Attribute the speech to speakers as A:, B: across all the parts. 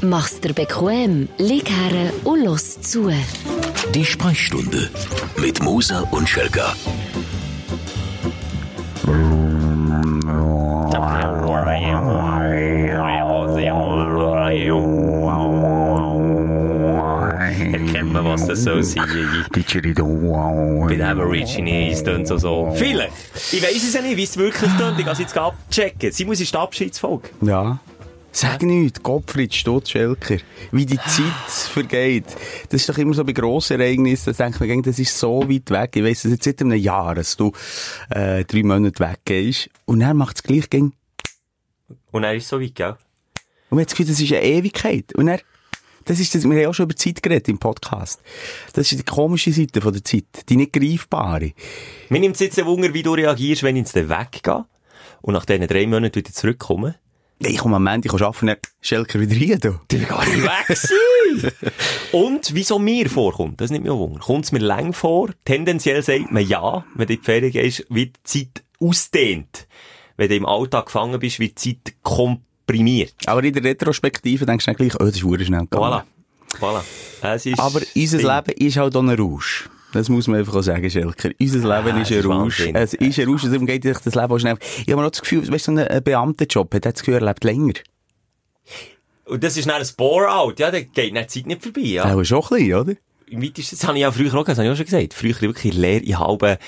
A: Mach's dir bequem, lieg her und los zu.
B: Die Sprechstunde mit Musa und Schelga.
C: Erkennt man, was das soll sein? Ich bin Aborigine, es tönt so so. Vielleicht. Ich weiß es ja nicht, wie es wirklich tönt. Ich kann es jetzt gar abchecken. Sie muss ist die Abschiedsfolge.
D: Ja. Sag nichts, Gottfried Stutzschelker. Wie die Zeit vergeht. Das ist doch immer so bei grossen Ereignissen, da denkt man, gegen, das ist so weit weg. Ich weiss es jetzt seit einem Jahr, dass du äh, drei Monate weggehst. Und er macht es gleich gegen.
C: Und er ist so weit, gell?
D: Und man hat das Gefühl, das ist eine Ewigkeit. Und er, das ist das, wir haben auch schon über Zeit geredet im Podcast. Das ist die komische Seite von der Zeit. Die nicht greifbare.
C: Mir nimmt es jetzt ein Wunder, wie du reagierst, wenn ich jetzt dann weggehe und nach diesen drei Monaten wieder zurückkomme.
D: Nein, ich komme am Ende, ich kann arbeiten, dann Schelker wieder rein, du.
C: Du bist gar nicht weg sein. Und wieso mir vorkommt, das nimmt mich auch Wunder. Kommt es mir lang vor? Tendenziell sagt man ja, wenn du in die Ferien gehst, wie die Zeit ausdehnt. Wenn du im Alltag gefangen bist, wie die Zeit komprimiert.
D: Aber in der Retrospektive denkst du dann gleich, oh, das ist verdammt schnell gegangen.
C: Voilà. Voilà. Es ist
D: Aber unser Leben ist halt auch ein Rausch. Das muss man einfach auch sagen, Schelker. Unser Leben
C: Ah,
D: ist
C: es
D: ein
C: ist
D: Rausch.
C: Wahnsinn.
D: Es ist ein Rausch, darum geht sich das Leben auch schnell. Ich habe mir auch das Gefühl, weißt du, so ein- ein Beamtenjob hat er das Gefühl, er lebt länger.
C: Und das ist dann ein Bore-out. Ja, da geht dann die Zeit nicht vorbei. Ja.
D: Aber schon ein bisschen, oder?
C: im weitesten, das habe ich ja früher auch, das habe ich auch schon gesagt. Früher wirklich leer, ich habe,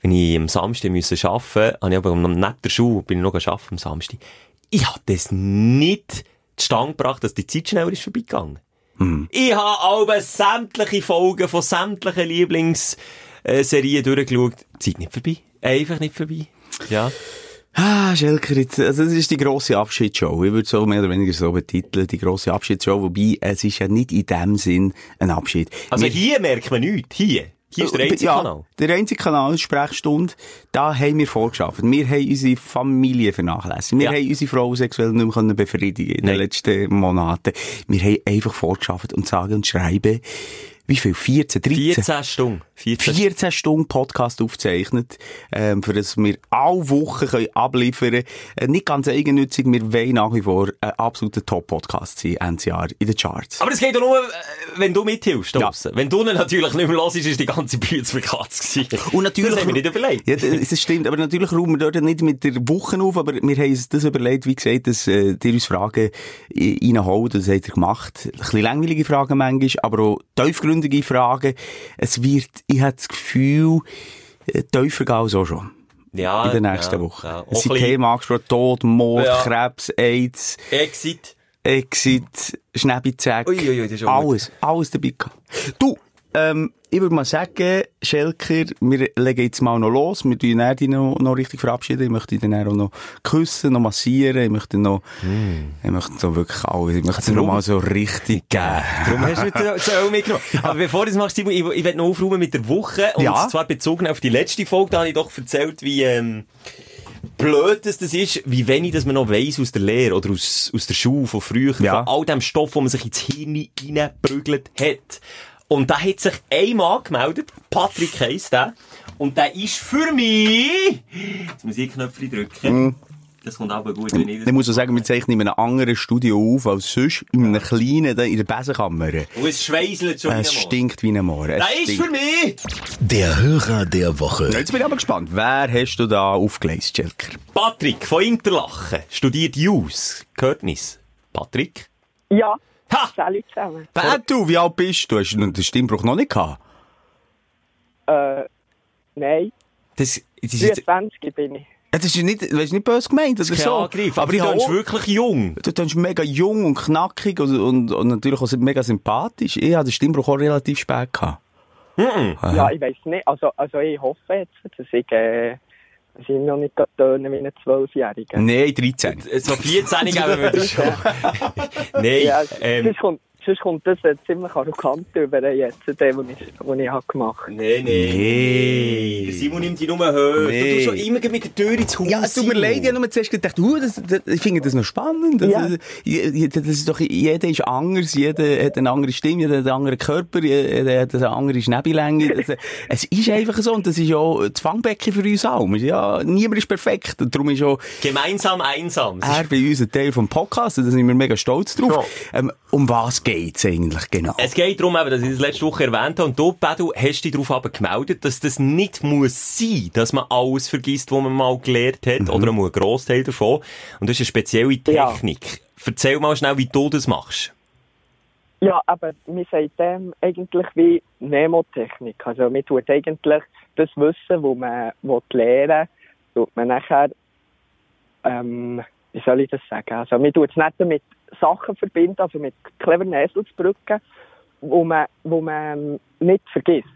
C: wenn ich am Samstag müssen arbeiten musste, habe ich aber neben der Schule, bin ich noch arbeiten am Samstag. Ich habe das nicht zustande gebracht, dass die Zeit schneller ist vorbeigegangen. Ich habe aber sämtliche Folgen von sämtlichen Lieblingsserien durchgeschaut. Die Zeit nicht vorbei. Einfach nicht vorbei. Ja.
D: Ah, Schelker, jetzt, also das ist die grosse Abschiedsshow. Ich würde so mehr oder weniger so betiteln, die grosse Abschiedsshow. Wobei, es ist ja nicht in dem Sinn ein Abschied.
C: Also
D: Wir-
C: hier merkt man nichts. Hier. Hier ist der einzige
D: Äh, ja,
C: Kanal.
D: Der einzige Kanal ist Sprechstunde. Da haben wir vorgeschafft. Wir haben unsere Familie vernachlässigt. Wir
C: Ja.
D: haben unsere Frau sexuell nicht mehr können befriedigen in den
C: Nein.
D: letzten Monaten. Wir haben einfach vorgeschafft und sagen und schreiben, wie viel? 14, 13?
C: 14 Stunden. 14
D: 14 Stunden Podcast aufgezeichnet, ähm, für das wir alle Wochen können abliefern können. Äh, nicht ganz eigennützig, wir wollen nach wie vor ein absoluter Top-Podcast sein, Ende Jahr in den Charts.
C: Aber es geht doch nur, äh, wenn du mithilfst.
D: Ja.
C: Ja. Wenn du ihn natürlich nicht mehr hörst, ist die ganze Bühne für Katz gewesen. Das haben wir nicht überlegt.
D: Ja, das das stimmt. Aber natürlich räumen wir dort nicht mit der Woche auf, aber wir haben uns das überlegt, wie gesagt, dass äh, ihr uns Fragen äh, reinholt. Das habt ihr gemacht. Ein bisschen langweilige Fragen manchmal, aber auch tiefgründige Fragen. Es wird, ich habe das Gefühl, äh, tiefer geht es auch schon.
C: Ja,
D: in der nächsten
C: Ah, ja,
D: Woche.
C: Ja. Auch
D: Es sind
C: ein bisschen
D: Themen angesprochen, Tod, Mord,
C: Ja.
D: Krebs, Aids,
C: Exit.
D: Exit, Schnäbizack,
C: Uiuiui, das ist auch
D: alles, alles dabei gehabt. Du, ähm, ich würde mal sagen, Schelker, wir legen jetzt mal noch los, wir tun dann dich noch, noch richtig verabschieden, ich möchte dich dann auch noch küssen, noch massieren, ich möchte noch, ich möchte so wirklich alles, ich möchte dir noch
C: Warum?
D: mal so richtig geben.
C: Darum hast du jetzt so- so auch mitgenommen. Aber bevor du das machst, Simon, ich, ich will noch aufräumen mit der Woche. Und
D: Ja.
C: zwar bezogen auf die letzte Folge. Da habe ich doch erzählt, wie, ähm, blöd das das ist, wie wenig das man noch weiss aus der Lehre oder aus, aus der Schule von früher,
D: Ja.
C: von all dem Stoff, wo man sich ins Hirn reinprügelt hat. Und da hat sich einmal gemeldet, Patrick heisst der, und der ist für mich... Jetzt muss ich Knöpfchen drücken.
D: Mhm.
C: Das kommt aber gut, wenn ich
D: Ich
C: das...
D: muss auch sagen, wir zeichnen in einem anderen Studio auf als sonst, in einem kleinen, da in der Besenkammer.
C: Und Oh, es schweiselt schon
D: Es
C: wieder mal.
D: stinkt wie ein Moor. es
C: Der ist
D: stinkt. Nou,
C: für mich...
B: Der Hörer der Woche.
D: Jetzt bin ich aber gespannt. Wer hast du da aufgelesen, Schelker?
C: Patrick von Interlachen studiert Jus. Gehört mir's? Patrick?
E: Ja,
C: Ha!
E: Sally zusammen.
D: Wer Äh, du? Wie alt bist du? Hast du den Stimmbruch noch nicht gehabt?
E: Äh, nein,
C: Das, das ist jetzt
E: 23 bin ich.
D: Das ist ja nicht, das ist nicht böse gemeint. Das ist
C: kein
D: so.
C: Angriff, aber, du bist
D: auch-
C: wirklich jung.
D: Du tönst mega jung und knackig und, und, und natürlich auch mega sympathisch. Ich hatte den Stimmbruch auch relativ spät. Gehabt.
E: Ja, ich weiß nicht. Also, also ich hoffe jetzt, dass ich, äh, dass ich noch nicht gerade töne wie ein Zwölfjähriger.
D: Nein, 13.
C: So 14 geben wir dir schon. Nein,
E: Ja, ähm,
C: ähm,
E: sonst, kommt, sonst sonst kommt das äh, ziemlich arrogant über äh, jetzt, den, den ich, den ich habe gemacht habe.
C: Nee,
D: Nee.
C: Der Simon nimmt die Nummer höher.
D: Nee.
C: Du tust schon immer mit der Tür ins Haus.
D: Ja, es tut mir
C: Simon.
D: leid, ich habe nur zuerst gedacht, uh, das, das, ich finde das noch spannend. Das,
E: Ja.
D: das, das ist doch, jeder ist anders, jeder hat eine andere Stimme, jeder hat einen anderen Körper, jeder hat eine andere Schnäbelänge. Das, es ist einfach so und das ist ja auch das Fangbecken für uns alle. Wir sind Ja, niemand ist perfekt und darum ist auch
C: Gemeinsam einsam. Das ist-
D: er bei uns ein Teil vom Podcast und da sind wir mega stolz drauf. Ähm, um was geht's eigentlich genau?
C: Es geht darum, eben, dass ich das letzte Woche erwähnt habe, und du, Pedro, hast dich darauf aber gemeldet, dass das nicht muss sein, dass man alles vergisst, was man mal gelernt hat, oder nur einen Grossteil davon. Und das ist eine spezielle
E: Mhm. Ja.
C: Technik. Erzähl mal schnell, wie du das machst.
E: Ja, aber man sagt dem eigentlich wie Nemotechnik. Also man tut eigentlich das Wissen, das man will lernen will, tut man nachher, ähm, wie soll ich das sagen, also man tut es nicht mit Sachen verbinden, also mit cleveren Eselsbrücken, wo man, wo man ähm, nicht vergisst.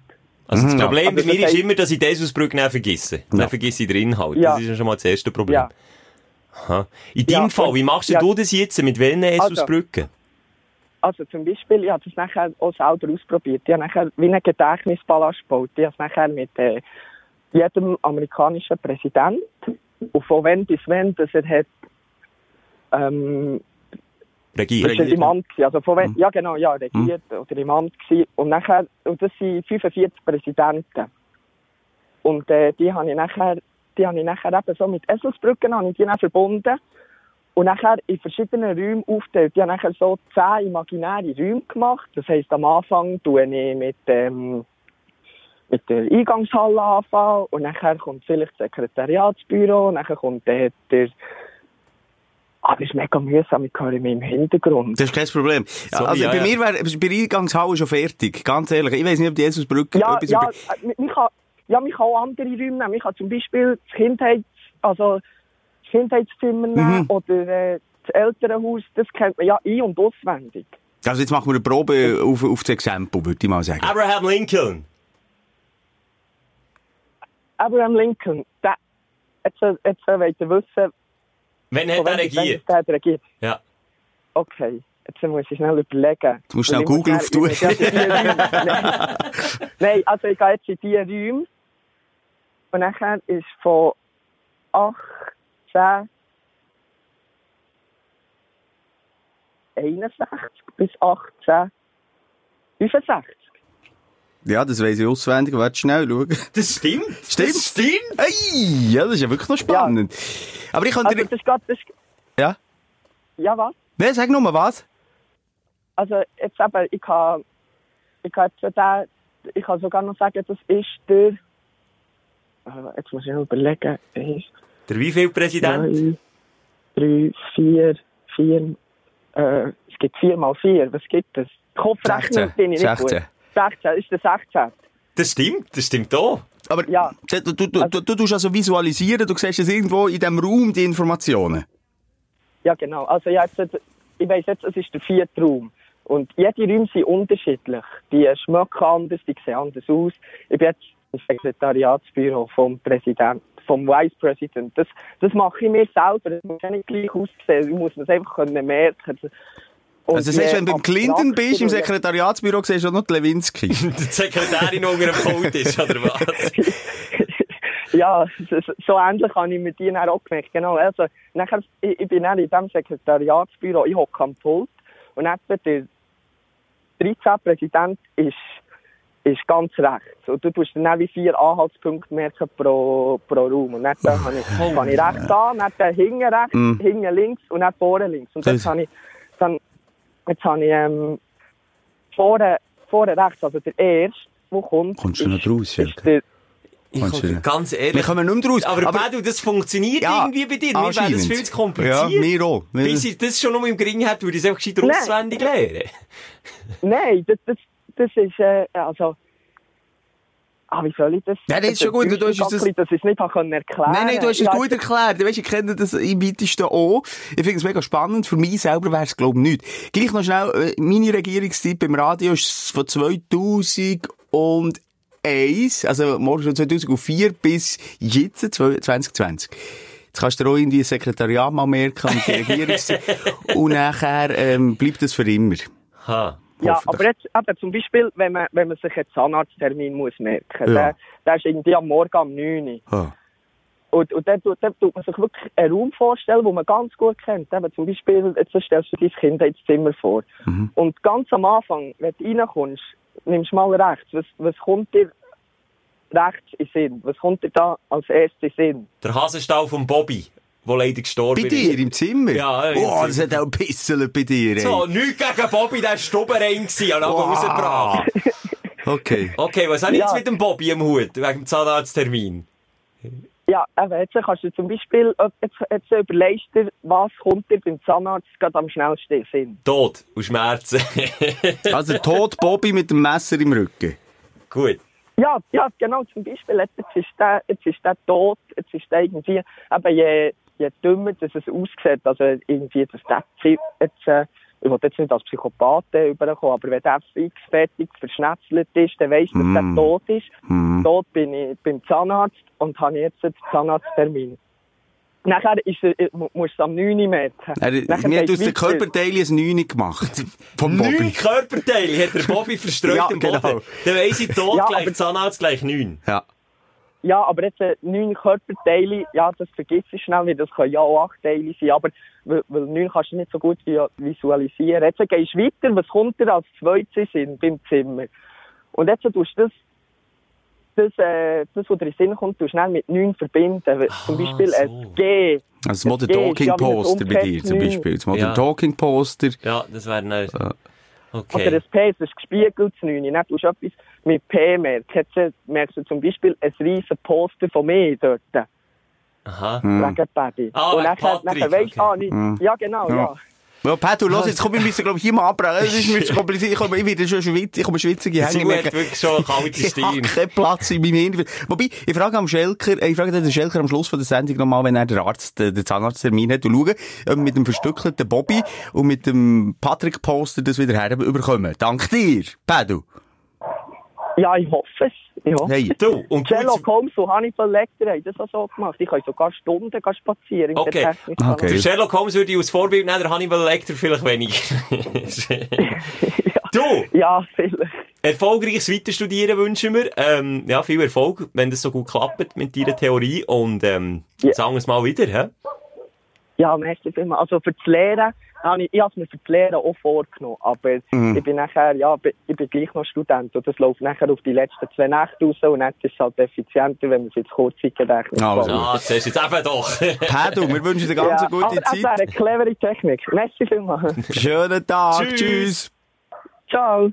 C: Also das
D: Mhm.
C: Problem
E: Aber
C: bei mir
E: das
C: ist
E: heisst-
C: immer, dass ich das Ausbrücken dann vergesse. Dann
D: Ja.
C: vergesse ich den Inhalt.
E: Ja.
C: Das ist ja schon mal das erste Problem.
E: Ja.
C: Aha. In deinem
E: Ja,
C: Fall,
E: und-
C: wie machst
E: ja.
C: du das jetzt? Mit welchen
E: Also.
C: Eselsbrücken?
E: Also zum Beispiel, ich habe das nachher auch selber ausprobiert. Ich habe nachher wie einen Gedächtnispalast gebaut. Ich habe es nachher mit äh, jedem amerikanischen Präsident und von wann bis wann, dass er hat ähm,
C: Regier.
E: ist er im Amt gewesen. also von wann, ja genau, ja, regiert oder im Amt gewesen. Und nachher, und das sind 45 Präsidenten. Und äh, die habe ich nachher, die habe ich nachher eben so mit Esselsbrücken habe ich die dann verbunden und nachher in verschiedenen Räumen aufgeteilt. Ich habe nachher so zehn imaginäre Räume gemacht. Das heisst, am Anfang tue ich mit, ähm, mit der Eingangshalle anfangen und nachher kommt vielleicht das Sekretariatsbüro und nachher kommt der, der Ah, das ist mega mühsam, ich höre mich im Hintergrund.
D: Das ist kein Problem.
C: Sorry,
D: also
C: ja,
D: bei
C: ja.
D: mir wäre bei der Eingangshalle schon fertig. Ganz ehrlich. Ich weiß nicht, ob die Jesusbrücke
E: Ja,
D: etwas
E: ja,
D: über-
E: äh, man- man kann, ja, man kann auch andere Räume nehmen. Man kann zum Beispiel das, Kindheits, also das Kindheitszimmer nehmen oder äh, das Elternhaus. Das kennt man ja ein- und auswendig.
D: Also jetzt machen wir eine Probe auf, auf das Exempel, würde ich mal sagen.
C: Abraham Lincoln.
E: Abraham Lincoln, der, jetzt, äh, jetzt äh, wollt ihr wissen,
C: Wann hat
E: von
C: er
E: wem bis wann
C: regiert?
E: der regiert.
C: Ja.
E: Okay, jetzt muss ich schnell überlegen.
D: musst schnell
E: Weil ich muss
D: Google
E: ja- ich muss ja in die Räume. Nein. Nein, also ich gehe jetzt in diese Räume. Und nachher ist von 18... 61 bis 18... 65. Äh.
D: Ja, das weiss ich auswendig. Warte schnell, schau.
C: Das stimmt.
D: Stimmt.
C: Das stimmt.
D: Ei, ja, das ist ja wirklich noch spannend. Aber ich kann
E: Also
D: dir...
E: das geht... Das,
D: Ja?
E: ja, was?
D: Nein, sag nochmal was.
E: Also jetzt eben, ich kann... Ich kann, jetzt den, ich kann sogar noch sagen, das ist der... Äh, Jetzt muss ich noch überlegen. Ist
C: Der wieviel Präsident?
E: Drei, drei, vier, vier. Äh, es gibt vier mal vier. Was gibt es? Kopfrechnen
D: 16,
E: bin ich nicht
D: 16.
E: gut. 16, ist der 16.
C: Das stimmt, das stimmt auch.
D: Aber
E: Ja.
D: du, du, du, du,
E: Also-
D: du tust also visualisieren, du siehst es irgendwo in diesem Raum, die Informationen.
E: Ja, genau. Also ja, jetzt, ich weiss jetzt, es ist der vierte Raum. Und jede Räume sind unterschiedlich. Die schmecken anders, die sehen anders aus. Ich bin jetzt im Sekretariatsbüro vom Präsident, vom Vice President. Das, das mache ich mir selber. Das muss ja nicht gleich aussehen. Ich muss es einfach können merken. Und
D: Also das heisst,
E: je
D: wenn du beim Clinton
E: abstrakter
D: bist, im
E: und je-
D: Sekretariatsbüro, siehst du auch noch die Lewinsky.
C: Die Sekretärin unter dem Pult ist, oder was?
E: ja, so- so- so ähnlich habe ich mir die dann auch gemerkt. Genau, also, nachher, ich, ich bin dann in diesem Sekretariatsbüro, ich hocke am Pult und etwa der 13. Präsident ist, ist ganz rechts. Und du tust dann auch wie vier Anhaltspunkte merken pro, pro Raum. Und dann kann ich, kann ich rechts an, dann hinten rechts, hinten links und dann vorne links. Und
D: Das-
E: jetzt habe ich, dann, jetzt habe ich ähm, vorne, vorne rechts, also der erste, der kommt,
D: Kommst du noch draus,
E: ist
D: Schelke?
E: der
C: Ich
D: Kannst du-
C: komm, ganz
D: Wir
C: ehrlich.
D: kommen nicht mehr draus.
C: Aber, Pedro, das funktioniert
D: Ah, Ja,
C: irgendwie bei dir. Mir wäre das
D: anscheinend.
C: viel zu
D: Ja,
C: kompliziert.
D: mir auch. Wir-
C: Bis ich das schon nur im Gring hätte, würde ich es einfach gescheit
E: Nein.
C: auswendig lernen.
E: Nein, das, das, das ist, äh, also, ah, wie soll ich das?
D: Nein, das ist schon gut, du hast uns das-
E: Das ist nicht erklären erklären.
D: Nein, nein, du hast es
E: Ah, Ja,
D: gut erklärt. Weißt, ich kenne das im weitesten auch. Ich finde es mega spannend. Für mich selber wäre es, glaube ich, nicht. Gleich noch schnell, äh, meine Regierungszeit beim Radio ist von 2001, also morgen schon 2004 bis jetzt, 2020. Jetzt kannst du dir auch irgendwie ein Sekretariat mal merken und die Regierungszeit. und nachher ähm, bleibt das für immer.
C: Ha.
E: Ja, ah, aber
D: hoffentlich.
E: jetzt eben zum Beispiel, wenn man, wenn man sich einen Zahnarzttermin muss merken muss,
D: Ja.
E: der, der ist irgendwie am Morgen um 9 Uhr.
D: Ah.
E: Und, und dann, tut- dann tut man sich wirklich einen Raum vorstellen, den man ganz gut kennt. Eben zum Beispiel, jetzt stellst du dein Kind ins Zimmer vor. Und ganz am Anfang, wenn du reinkommst, nimmst du mal rechts. Was, was kommt dir rechts in Sinn? Was kommt dir da als erstes in Sinn?
C: Der Hasenstall von Bobby, der leider gestorben
D: Bei dir im Zimmer?
C: Ja, im
D: Oh, das
C: Zimmer.
D: hat auch gebisselt bei dir, ey.
C: So, nichts gegen Bobby, der war stubberein gewesen, und
D: Wow.
C: wow. rausgebracht.
D: Okay.
C: Okay, was habe ich jetzt
E: Ja.
C: mit dem Bobby im Hut? Wegen dem Zahnarzttermin.
E: Ja, eben, jetzt kannst du dir zum Beispiel, ob- jetzt, jetzt überlegst du dir, was kommt dir beim Zahnarzt gerade am schnellsten in Sinn?
C: Tod und Schmerzen.
D: Also, tot Bobby mit dem Messer im Rücken.
C: Gut.
E: Ja, ja, genau, zum Beispiel, jetzt ist der, jetzt ist der tot, jetzt ist der irgendwie, aber je, je dümmer, dass es aussieht, also irgendwie, dass der Zi- jetzt, äh, ich will jetzt nicht als Psychopath äh, rüberkommen, aber wenn der fix fertig verschnetzelt ist, dann weiss man, dass der tot ist. Tot bin ich beim Zahnarzt und habe jetzt den Zahnarzttermin. Nachher ist er, äh, mu- musst du es am 9 Uhr merken.
D: Er,
E: Nachher
D: mir hat aus
E: geht's
D: den
E: weiter.
D: Körperteilen ein Neune gemacht. Vom Bobby.
C: Neun Körperteile hat der Bobby verstreut
D: Ja,
C: im Boden.
D: genau.
C: Dann weiss ich, Tod
E: Ja,
C: gleich
E: aber-
C: Zahnarzt gleich neun.
D: Ja.
E: Ja, aber jetzt äh, neun Körperteile, ja, das vergisst du schnell, weil das können ja auch acht Teile sein, aber weil, weil neun kannst du nicht so gut vi- visualisieren. Jetzt gehst du weiter, was kommt dir als zweites in Sinn beim Zimmer? Und jetzt tust du das, das, äh, das, was dir in den Sinn kommt, du schnell mit neun verbinden. Weil Zum
C: Ah,
E: Beispiel
C: so.
E: ein G.
D: Also, das Modern
E: Geht, ja,
D: Talking
E: wie ein
D: Poster bei dir
E: umgekehrtes
D: zum
E: Neune.
D: Beispiel. Das Modern
C: Ja.
D: Talking Poster.
C: Ja, das wäre dann...
E: Oder
C: Okay.
E: ein P, das ist gespiegeltes Neune. Dann tust du etwas mit P merken. Jetzt äh, merkst du zum Beispiel ein riesen Poster von mir dort.
C: Aha.
E: Wegen Baby.
C: Ah,
E: Und
C: wegen
E: nachher, nachher
C: Patrick,
E: weißt du, ah, nicht, ja genau,
D: Ja.
E: ja.
D: Ja, Pedro, los, jetzt komm, wir müssen, glaube ich, hier mal abbrechen. Es ist mir zu kompliziert. Ich komme ich werde schon Schweiz, ich komme Schweizer Gehänge.
C: Simon hat wirklich schon eine kalte
D: Ich habe
C: Stirn.
D: keinen Platz in meinem Hirn. Wobei, ich frage am Schelker, äh, ich frage den Schelker am Schluss von der Sendung nochmal, wenn er den Arzt, äh, den Zahnarzttermin hat, und schauen, ob wir mit dem verstückelten Bobby und mit dem Patrick Poster dus das wieder herüberkommen. Dank dir, Pedro.
E: Ja, ich hoffe es. Ich hoffe.
D: Hey.
C: Du, und
E: Sherlock
C: gut,
E: Holmes und Hannibal Lecter haben das auch so gemacht. Ich kann sogar Stunden gehen spazieren. im
C: Okay.
E: Gedächtnissalon.
D: Okay.
C: der Sherlock Holmes würde ich als Vorbild nehmen, der Hannibal Lecter vielleicht weniger. du,
E: Ja, vielleicht.
C: erfolgreiches Weiterstudieren wünschen wir. Ähm, ja, viel Erfolg, wenn das so gut klappt mit deiner Theorie. Und ähm,
E: Ja.
C: sagen wir es mal wieder. He?
E: Ja, merci vielmals. Also für das Lehren, habe ich, ich habe es mir für das Lehren auch vorgenommen. Aber
D: Mhm.
E: ich bin nachher, ja, bi- ich bin gleich noch Student und das läuft nachher auf die letzten zwei Nächte raus und dann ist es halt effizienter, wenn man es jetzt kurz gedächtnis
D: Also.
E: behält.
C: Ah, das siehst du jetzt eben doch.
D: Pedro, wir wünschen dir ganz
E: ja,
D: eine gute
E: aber das wäre
D: Zeit.
E: eine clevere Technik. Merci vielmals.
D: Schönen Tag.
C: Tschüss.
D: Tschüss.
E: Ciao.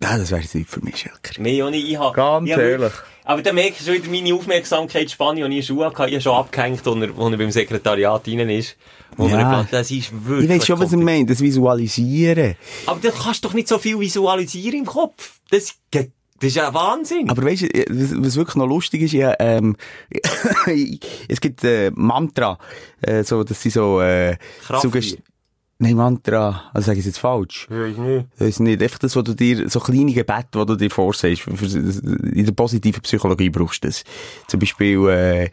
D: Ja, das wäre Zeit für mich, Schelker.
C: Mehr auch nicht. Ich hab,
D: Ganz
C: ich hab
D: ehrlich.
C: wirklich- Aber dann merkst du wieder meine Aufmerksamkeit Spanien und ich Schuhe hatte. Ich hab schon abgehängt, als er, als er beim Sekretariat rein ist. Wo
D: Ja.
C: ja. er, das ist
D: Ich
C: wirklich
D: weiß schon, was er meint, das Visualisieren.
C: Aber du kannst doch nicht so viel visualisieren im Kopf. Das, das ist ja Wahnsinn.
D: Aber weißt du, äh, was, was wirklich noch lustig ist, ja, ähm, es gibt äh, Mantra, äh, so, dass sie so äh,
C: Krafttier.
D: suggest- Nein, Mantra, also sage ich es jetzt falsch. Das ist nicht einfach das, was du dir, so kleine Gebete, die du dir vorsehst, für- für- in der positiven Psychologie brauchst du das. Zum Beispiel, äh, äh,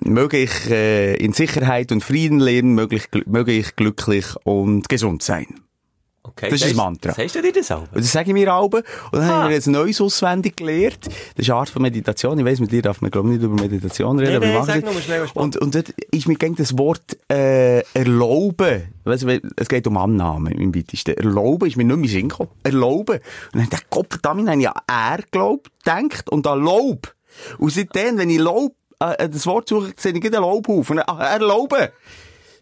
D: möge ich äh, in Sicherheit und Frieden leben, möge ich, glü- möge ich glücklich und gesund sein.
C: Okay,
D: Das ist
C: sagst-
D: ein Mantra.
C: Sagst du dir das auch?
D: Und das sage ich mir alle. Und dann
C: Ah.
D: haben wir jetzt Neues auswendig gelernt. Das ist eine Art von Meditation. Ich weiss, mit dir darf man, glaube ich, nicht über Meditation reden.
C: Nein,
D: aber wir
C: nein,
D: machen
C: sag
D: es.
C: nur, ist mega spannend.
D: und, und dort ist mir gegen das Wort äh, erlauben. Weißt du, es geht um Annahmen im weitesten. Erlauben ist mir nicht mehr in den Sinn gekommen. Erlauben. Und dann dachte ich, Gott verdammt, habe ich an er glaubt, denkt und an Lob. Und seitdem, wenn ich Lob, äh, äh, das Wort suche, sehe ich gleich einen Lob dann ah, erlauben.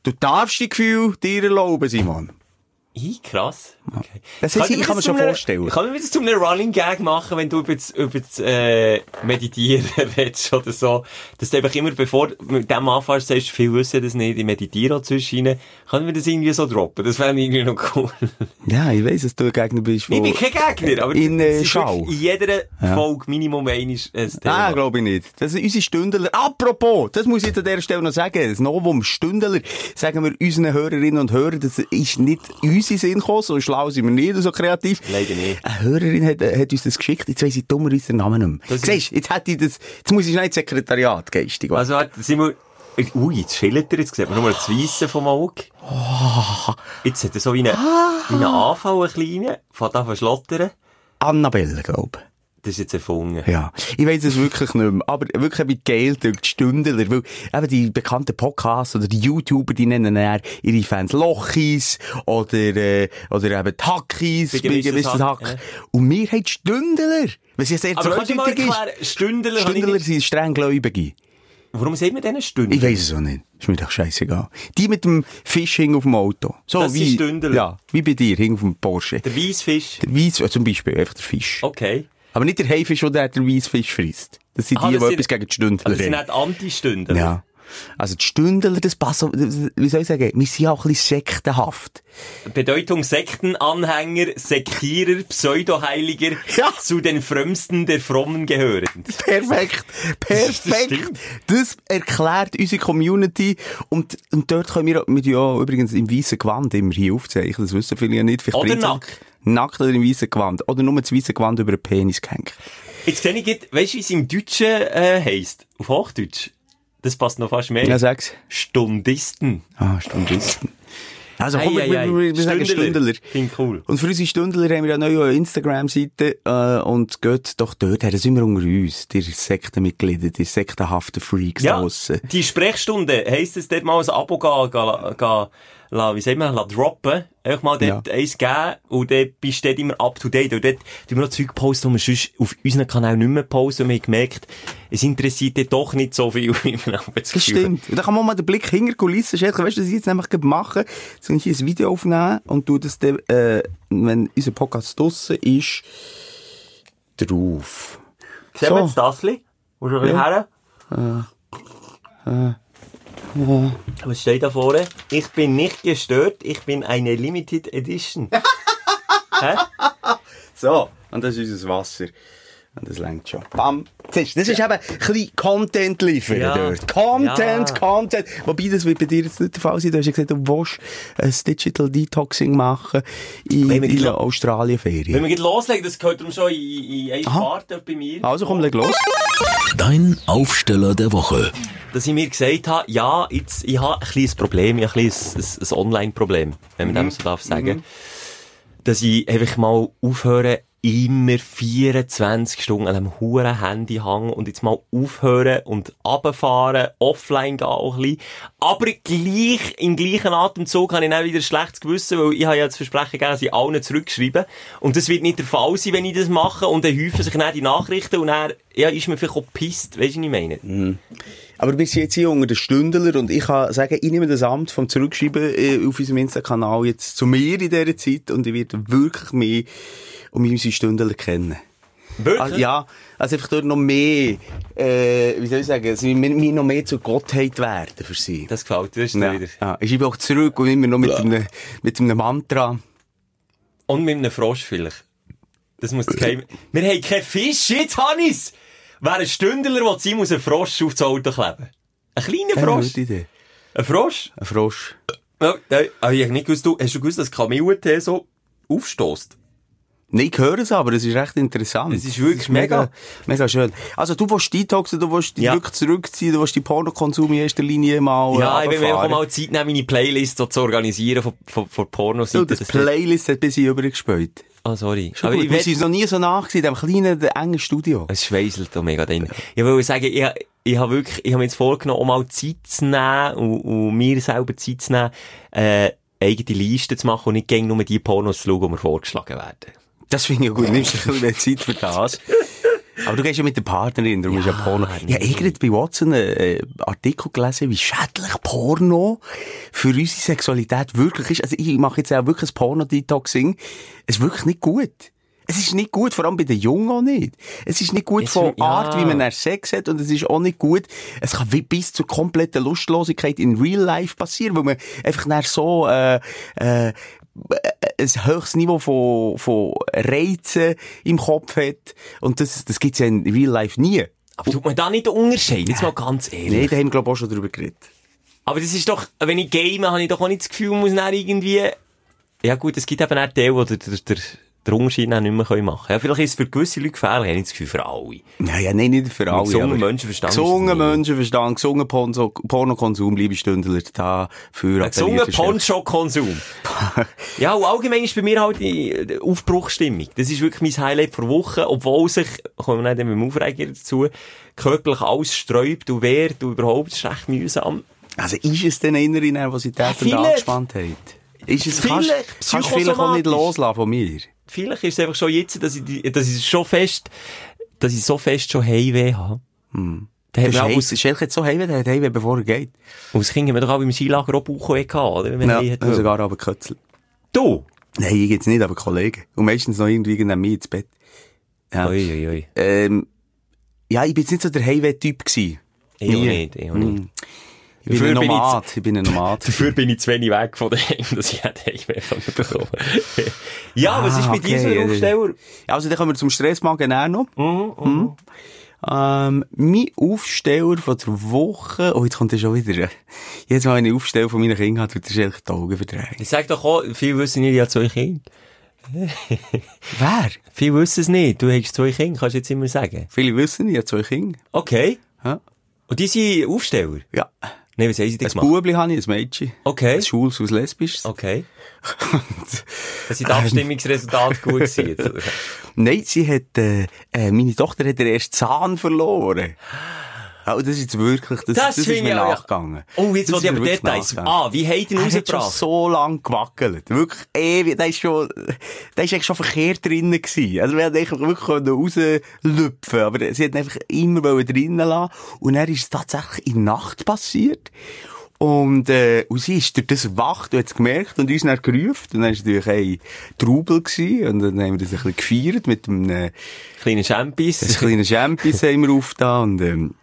D: Du darfst die Gefühle dir erlauben, Simon.
C: Ih, krass. Okay.
D: Das ist-
C: Könnten
D: ich
C: wir
D: kann mir
C: das
D: schon
C: zu einem-
D: vorstellen.
C: Können wir das zu einem Running Gag machen, wenn du über das, über das äh, Meditieren redest oder so? Dass du einfach immer, bevor du mit dem anfängst, sagst, viele wissen das nicht, ich meditiere auch zwischendrin. Können wir das irgendwie so droppen? Das wäre irgendwie noch cool.
D: Ja, ich weiss, dass du ein Gegner bist.
C: Ich
D: wo-
C: bin kein Gegner, aber
D: In,
C: das
D: äh,
C: ist
D: Schau.
C: wirklich in jeder Folge Minimum ein ein Thema.
D: Nein, glaube ich nicht. Das sind unsere Stündler. Apropos, das muss ich jetzt an dieser Stelle noch sagen. Das Novum Stündler, sagen wir unseren Hörerinnen und Hörern, das ist nicht unser Sinn gekommen. So schlau sind wir nicht und so kreativ.
C: Leider nicht.
D: Eine Hörerin hat, äh, hat uns das geschickt. Jetzt weiss ich dummerweise den Namen nicht mehr.
C: Das ist-
D: Siehst, jetzt hätte ich das, jetzt muss ich schnell ins Sekretariat geistig.
C: also, warte, Simon, Ui, jetzt schillert er, jetzt sieht man nur das Weisse vom Auge. Oh. Jetzt hat er so wie einen, wie einen Anfall, einen kleinen, fängt an zu schlottern.
D: Annabelle, glaube ich.
C: Das ist jetzt erfunden.
D: Ja, ich weiß es wirklich nicht mehr. Aber wirklich habe ich geil durch die Stündler, weil eben die bekannten Podcasts oder die YouTuber, die nennen dann ihre Fans Lochis oder, äh, oder eben die Hackis,
C: Bigger
D: Bigger
C: Mr.
D: Mr.
C: Hack,
D: Hack.
C: ja.
D: Und wir haben die Stündler. Was jetzt sehr
C: Aber kannst du mal
D: zweideutig ist.
C: erklären, Stündler, habe ich
D: Stündler
C: nicht-
D: sind streng Gläubige.
C: warum sagt man denen Stündler?
D: Ich weiß es auch nicht. Ist mir doch scheißegal. Die mit dem Fishing auf dem Auto. So
C: Das sind
D: wie,
C: Stündler.
D: Ja, wie bei dir, hing auf dem Porsche.
C: Der Weissfisch.
D: Der Weiss, äh, zum Beispiel, einfach der Fisch.
C: Okay.
D: Aber nicht der Haifisch, wo der den Weissfisch frisst. Das sind
C: Ah,
D: die,
C: das
D: die
C: sind-
D: etwas gegen die Stündler
C: Also das sind
D: haben.
C: nicht Anti-Stündler.
D: Ja. Also die Stündler, das passt, so- das- wie soll ich sagen, wir sind auch ein bisschen sektenhaft.
C: Bedeutung Sektenanhänger, Sektierer, Pseudoheiliger,
D: Ja.
C: zu den Frömmsten der Frommen gehörend.
D: Perfekt,
C: Das
D: perfekt.
C: stimmt.
D: Das erklärt unsere Community und, und dort können wir, wir tun ja übrigens im weißen Gewand immer hier aufzeichnen, das wissen viele ja nicht. Vielleicht
C: Oder
D: bringt's auch-
C: nackt.
D: Nackt oder im weißen Gewand. Oder nur das weiße Gewand über den Penis gehängt.
C: Jetzt sehe ich, grad, weisst du, wie es im Deutschen äh, heisst? Auf Hochdeutsch. Das passt noch fast mehr.
D: Ja, sag's.
C: Stundisten.
D: Ah, Stundisten. Also komm,
C: Ei,
D: wir,
C: ei, ei.
D: wir, wir, wir sagen Stündler.
C: Finde ich cool.
D: Und für unsere Stündler haben wir ja neue Instagram-Seite äh, und geht doch dort her, da sind wir unter uns, die Sektenmitglieder, die sektenhaften Freaks
C: Ja,
D: da draussen.
C: die Sprechstunde heisst es dort mal ein Abo ga, ga, ga, la, wie sagt man, la droppen. Einfach mal dort
D: Ja.
C: eins geben und dort bist du dort immer up to date. Und dort tun wir noch Zeug posten, die wir sonst auf unseren Kanal nicht mehr posten. Und wir haben gemerkt, es interessiert dort doch nicht so viel, wie man aber das
D: Das
C: Gefühl hat.
D: stimmt. Und dann kann man mal den Blick hinter die Kulissen schenken. Weißt du, was ich jetzt nämlich gerade mache? Jetzt kann ich hier ein Video aufnehmen und tu das dann, äh, wenn unser Podcast draussen ist, drauf.
C: Sehen wir jetzt das? bisschen? Musst du ein bisschen her?
D: Äh,
C: Was steht da vorne? Ich bin nicht gestört, ich bin eine Limited Edition.
D: So, und das ist unser Wasser. Und das längt schon. Bam. Siehst du, Das ist eben ein bisschen Content liefern
C: Ja.
D: dort. Content,
C: Ja.
D: Content. Wobei, das wird bei dir jetzt nicht der Fall sein. Du hast ja gesagt, du willst ein Digital Detoxing machen in
C: Wenn wir die-
D: deiner
C: Wenn
D: Australienferien.
C: wir gleich loslegen, das gehört darum schon in, in eine Fahrt dort bei mir.
D: Also komm, leg los.
B: Dein Aufsteller der Woche.
C: dass ich mir gesagt habe, ja, jetzt, ich habe ein kleines Problem, ich habe ein, kleines- ein, ein Online-Problem, wenn man dem so darf sagen. Dass ich einfach mal aufhören, immer 24 Stunden an diesem huren Handy hängen und jetzt mal aufhören und runterfahren, offline gehen auch ein bisschen. Aber gleich, im gleichen Atemzug habe ich dann wieder ein schlechtes Gewissen, weil ich habe ja das Versprechen gegeben, dass ich allen zurückschreibe. Und das wird nicht der Fall sein, wenn ich das mache. Und dann häufen sich dann die Nachrichten und dann, ja, ist mir vielleicht auch gepisst, weißt du, was ich meine?
D: Aber wir sind jetzt hier unter den Stündler und ich kann sagen, ich nehme das Amt vom Zurückschreiben äh, auf unserem Insta-Kanal jetzt zu mir in dieser Zeit und ich werde wirklich mehr um unsere Stündler kennen.
C: Wirklich?
D: Also, ja, also einfach dort noch mehr, äh, wie soll ich sagen, also wir, wir noch mehr zur Gottheit werden für sie.
C: Das gefällt dir, das ist
D: ja.
C: wieder.
D: Ja, ich schreibe auch zurück und immer noch mit, einem, mit einem Mantra.
C: Und mit einem Frosch vielleicht. Das muss das Geheim... Wir haben keinen Fisch, jetzt Hannis! Wer ein Stündler will sein, muss einen Frosch aufs Auto kleben. Ein kleiner Frosch.
D: Eine Idee.
C: Ein Frosch?
D: Ein Frosch.
C: Oh, nein, aber ich hab nicht gewusst, du, hast du gewusst, dass Kamillentee so aufstößt?
D: Nein, ich höre es aber, es ist recht interessant.
C: Es ist wirklich
D: Es
C: mega.
D: mega. Mega schön. Also du willst detoxen, du willst dich
C: Ja.
D: wirklich zurückziehen, du willst die Pornokonsum in erster Linie mal äh,
C: Ja, ich will mir einfach
D: runterfahren.
C: mal Zeit nehmen, meine Playlist so zu organisieren von, von, von Pornoseiten.
D: Du, das Playlist hat bis ich übergespielt.
C: oh, sorry.
D: Aber
C: Aber
D: gut,
C: ich
D: wir
C: will-
D: sind noch nie so nach gewesen, in diesem kleinen, engen Studio.
C: Es schweißelt da mega drin. Ich will sagen, ich, ich habe wirklich, ich habe mir jetzt vorgenommen, um mal Zeit zu nehmen und, und mir selber Zeit zu nehmen, äh, eigene Liste zu machen und nicht gegen nur die Pornos zu schauen, die mir vorgeschlagen werden.
D: Das finde ich ja gut. Nimmst du ein bisschen mehr Zeit für das. Aber du gehst ja mit der Partnerin, darum ist ja Porno. Ja, ich habe bei Watson einen äh, Artikel gelesen, wie schädlich Porno für unsere Sexualität wirklich ist. Also ich mache jetzt auch wirklich ein Porno-Detoxing. Es ist wirklich nicht gut. Es ist nicht gut, vor allem bei den Jungen auch nicht. Es ist nicht gut
C: Es-
D: von
C: ja.
D: Art, wie man dann Sex hat und es ist auch nicht gut. Es kann wie bis zur kompletten Lustlosigkeit in Real Life passieren, weil man einfach dann so äh, äh, ein höchstes Niveau von, von Reizen im Kopf hat. Und das, das gibt's ja in Real Life nie.
C: Aber tut man da nicht den Unterschied? Jetzt mal ganz
D: Nee,
C: ehrlich.
D: da haben wir, glaube ich, auch schon drüber geredet.
C: Aber das ist doch, wenn ich game, habe ich doch auch nicht das Gefühl, ich muss dann irgendwie, ja gut, es gibt eben auch Teil, oder der, der, den Unterschied dann nicht mehr können machen können. Ja, vielleicht ist es für gewisse Leute gefährlich, habe ich das Gefühl, für alle.
D: Ja, ja, nein, nicht für alle.
C: gesunden
D: aber-
C: Menschenverstand ist es
D: Gesunden
C: nicht.
D: Menschenverstand, gesunden Porno- Pornokonsum, liebe Stündler, da für
C: Ein gesunder Poncho-Konsum. ja, und allgemein ist bei mir halt die die Aufbruchstimmung. Das ist wirklich mein Highlight vor Wochen, obwohl sich, kommen wir nicht beim Aufreger dazu, körperlich alles sträubt und wehrt und überhaupt ist recht mühsam.
D: Also ist es denn eine innere Nervosität und
C: Vielleicht.
D: Angespanntheit? Ist es, kannst,
C: Vielleicht.
D: kannst du vielleicht auch nicht
C: Psychosomatisch.
D: loslassen von mir?
C: Vielleicht ist es einfach schon jetzt, dass ich, die- dass ich schon fest, dass ich so fest schon Heimweh habe. Da
D: Du
C: hat man auch
D: hast
C: als,
D: Schelke jetzt so heimweh, der hat heimweh, bevor er geht.
C: als Kind haben wir doch auch im Skilager auch Bauchweh gehabt, oder? Wenn man
D: Ja, also
C: heim
D: ich
C: hat wollen.
D: sogar aber Kötzel.
C: Du!
D: Nein, ich jetzt nicht, aber Kollegen. Und meistens noch irgendwie neben mir ins Bett. Ja.
C: Ui, ui, ui.
D: Ähm, ja, ich bin jetzt nicht so der Heimweh-Typ gewesen.
C: Ich auch
D: Nie. Hm.
C: nicht, ich auch nicht.
D: Ich bin
C: Dafür
D: ein
C: bin ich
D: Nomad, ich bin ein Nomad.
C: Dafür bin ich zu wenig weg von daheim, dass ich hätte Heimweh von mir bekommen. ja, was ist
D: Ah,
C: bei dir so ein
D: okay,
C: Aufsteller?
D: Also, dann kommen wir zum Stressmagen auch noch. Mhm. Ähm, mein Aufsteller von der Woche, oh, jetzt kommt er schon wieder. Jetzt, wenn ich einen Aufsteller von meinen Kindern habe, tut er sich eigentlich die Augen verdrehen.
C: Ich sag doch auch, viele wissen nicht, ich habe zwei Kinder.
D: Wer?
C: Viele wissen es nicht. Du hast zwei Kinder, kannst du jetzt immer sagen.
D: Viele wissen, ich habe zwei Kinder.
C: Okay.
D: Ja.
C: Und die sind Aufsteller?
D: Ja.
C: Nein, was haben sie denn
D: Ein
C: gemacht?
D: Bubli habe ich, ein Mädchen.
C: Okay.
D: Ein Schwules aus Lesbisches.
C: Okay. Das sind die Abstimmungsresultate gut gewesen. jetzt, oder?
D: Nein, sie hat, äh, äh, meine Tochter hat den ersten Zahn verloren. Oh, das ist jetzt wirklich, das, das, ist
C: finde
D: mir
C: ich auch-
D: nachgegangen.
C: Oh, jetzt
D: Das ist
C: will ich
D: mir
C: aber
D: wirklich
C: Details.
D: nachgegangen.
C: Ah, wie haben die ihn
D: Er hat schon
C: rausgebracht?
D: so lang gewackelt. Wirklich ewig. Der ist schon, der ist eigentlich schon verkehrt drinnen gewesen. Also, wir hätten eigentlich wirklich können rauslüpfen Aber sie hat ihn einfach immer wollen drinnen lassen. Und dann ist es tatsächlich in der Nacht passiert. Und, äh, und sie ist durch das wach, du hast gemerkt, und uns dann gerufen. Und dann war es natürlich ein Trubel gewesen. Und dann haben wir das ein bisschen gefeiert mit einem, äh,
C: Kleine
D: ein
C: Champis.
D: kleines Champis haben wir aufgetan und, ähm,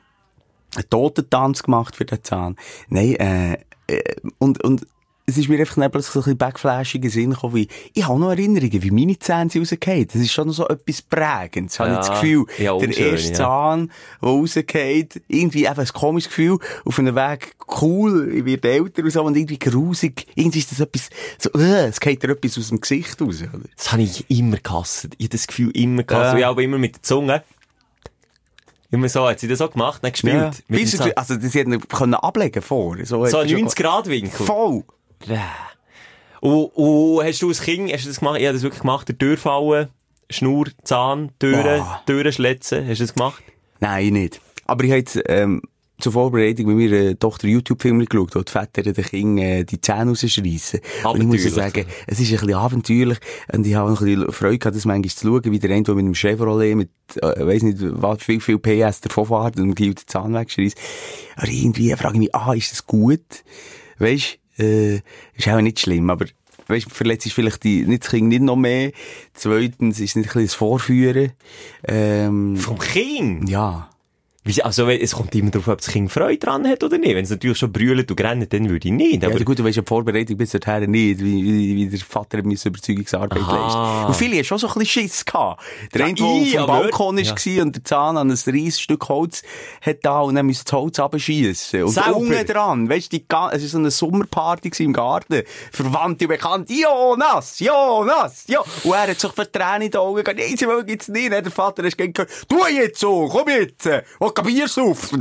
D: einen Totentanz gemacht für den Zahn. Nein, äh, äh und, und, es ist mir einfach dann plötzlich so ein bisschen backflash in den Sinn gekommen, wie, ich habe noch Erinnerungen, wie meine Zähne sind rausgefallen. Das ist schon noch so etwas Prägendes. Habe
C: Ja,
D: ich das Gefühl,
C: ja,
D: der
C: unschön,
D: erste
C: ja.
D: Zahn, der rausgeht, irgendwie einfach ein komisches Gefühl, auf einem Weg cool, ich werde älter und so, und irgendwie grusig. Irgendwie ist das etwas, so, äh, es geht dir etwas aus dem Gesicht raus, oder?
C: Das habe ich immer gehasst. Ich habe das Gefühl immer gehasst.
D: Ja.
C: Und ich habe immer mit der Zunge. Immer so, hat sie das auch gemacht, dann gespielt.
D: Ja.
C: Mit dem
D: Bis
C: Zahn.
D: du, also, das hätten wir können ablegen vor. So,
C: so
D: hat
C: ein
D: er schon
C: 90 Grad Winkel.
D: Voll!
C: Und, und hast du als Kind, hast du das gemacht? Ich habe das wirklich gemacht. Der Türfallen, Schnur, Zahn, Türen,
D: Boah.
C: Türen schlitzen. Hast du das gemacht?
D: Nein, nicht. Aber ich habe jetzt, ähm, zur Vorbereitung mit meiner Tochter YouTube-Filme geschaut, wo die Väter den Kindern äh, die Zähne rausschreissen. Und ich muss ja
C: Abenteuerlich.
D: sagen, es ist ein bisschen abenteuerlich. Und ich habe ein bisschen Freude gehabt, das manchmal zu schauen, wie der eine, der mit einem Chevrolet mit, äh, weiss nicht, was, viel, viel PS davon fährt und gibt den Zahn wegschreisst. Aber irgendwie frage ich mich, ah, ist das gut? Weisst, äh, ist auch nicht schlimm, aber Weißt, verletzt ist vielleicht die, nicht das Kind nicht noch mehr. Zweitens ist es nicht ein bisschen das Vorführen. Ähm,
C: Vom Kind?
D: ja.
C: Wieso- Also, weil es kommt immer darauf an, ob das Kind Freude dran hat oder nicht. Wenn es natürlich schon brüllt und rennt, dann würde ich nicht.
D: Ja,
C: Aber
D: aber gut, du weißt ja, die Vorbereitung bis dahin nicht, wie, wie, wie der Vater hat müssen Überzeugungsarbeit
C: Aha.
D: leisten. Und viele haben schon so ein bisschen Schiss gehabt. Der
C: Ja,
D: eine, der auf
C: ich,
D: dem
C: aber-
D: Balkon
C: Ja.
D: war und der Zahn an ein riesiges Stück Holz hat da und dann müssen das Holz abschießen. Und
C: Sauber.
D: unten dran, weißt du, die ga- es war so eine Sommerparty gewesen im Garten. Verwandte und Bekannte, Jonas, Jonas, ja. Und er hat sich für Tränen in die Augen gegangen. Nein, sie wollen jetzt nicht. Dann Der Vater hat gesagt, tu jetzt so, komm jetzt, äh, was kapierst du auf?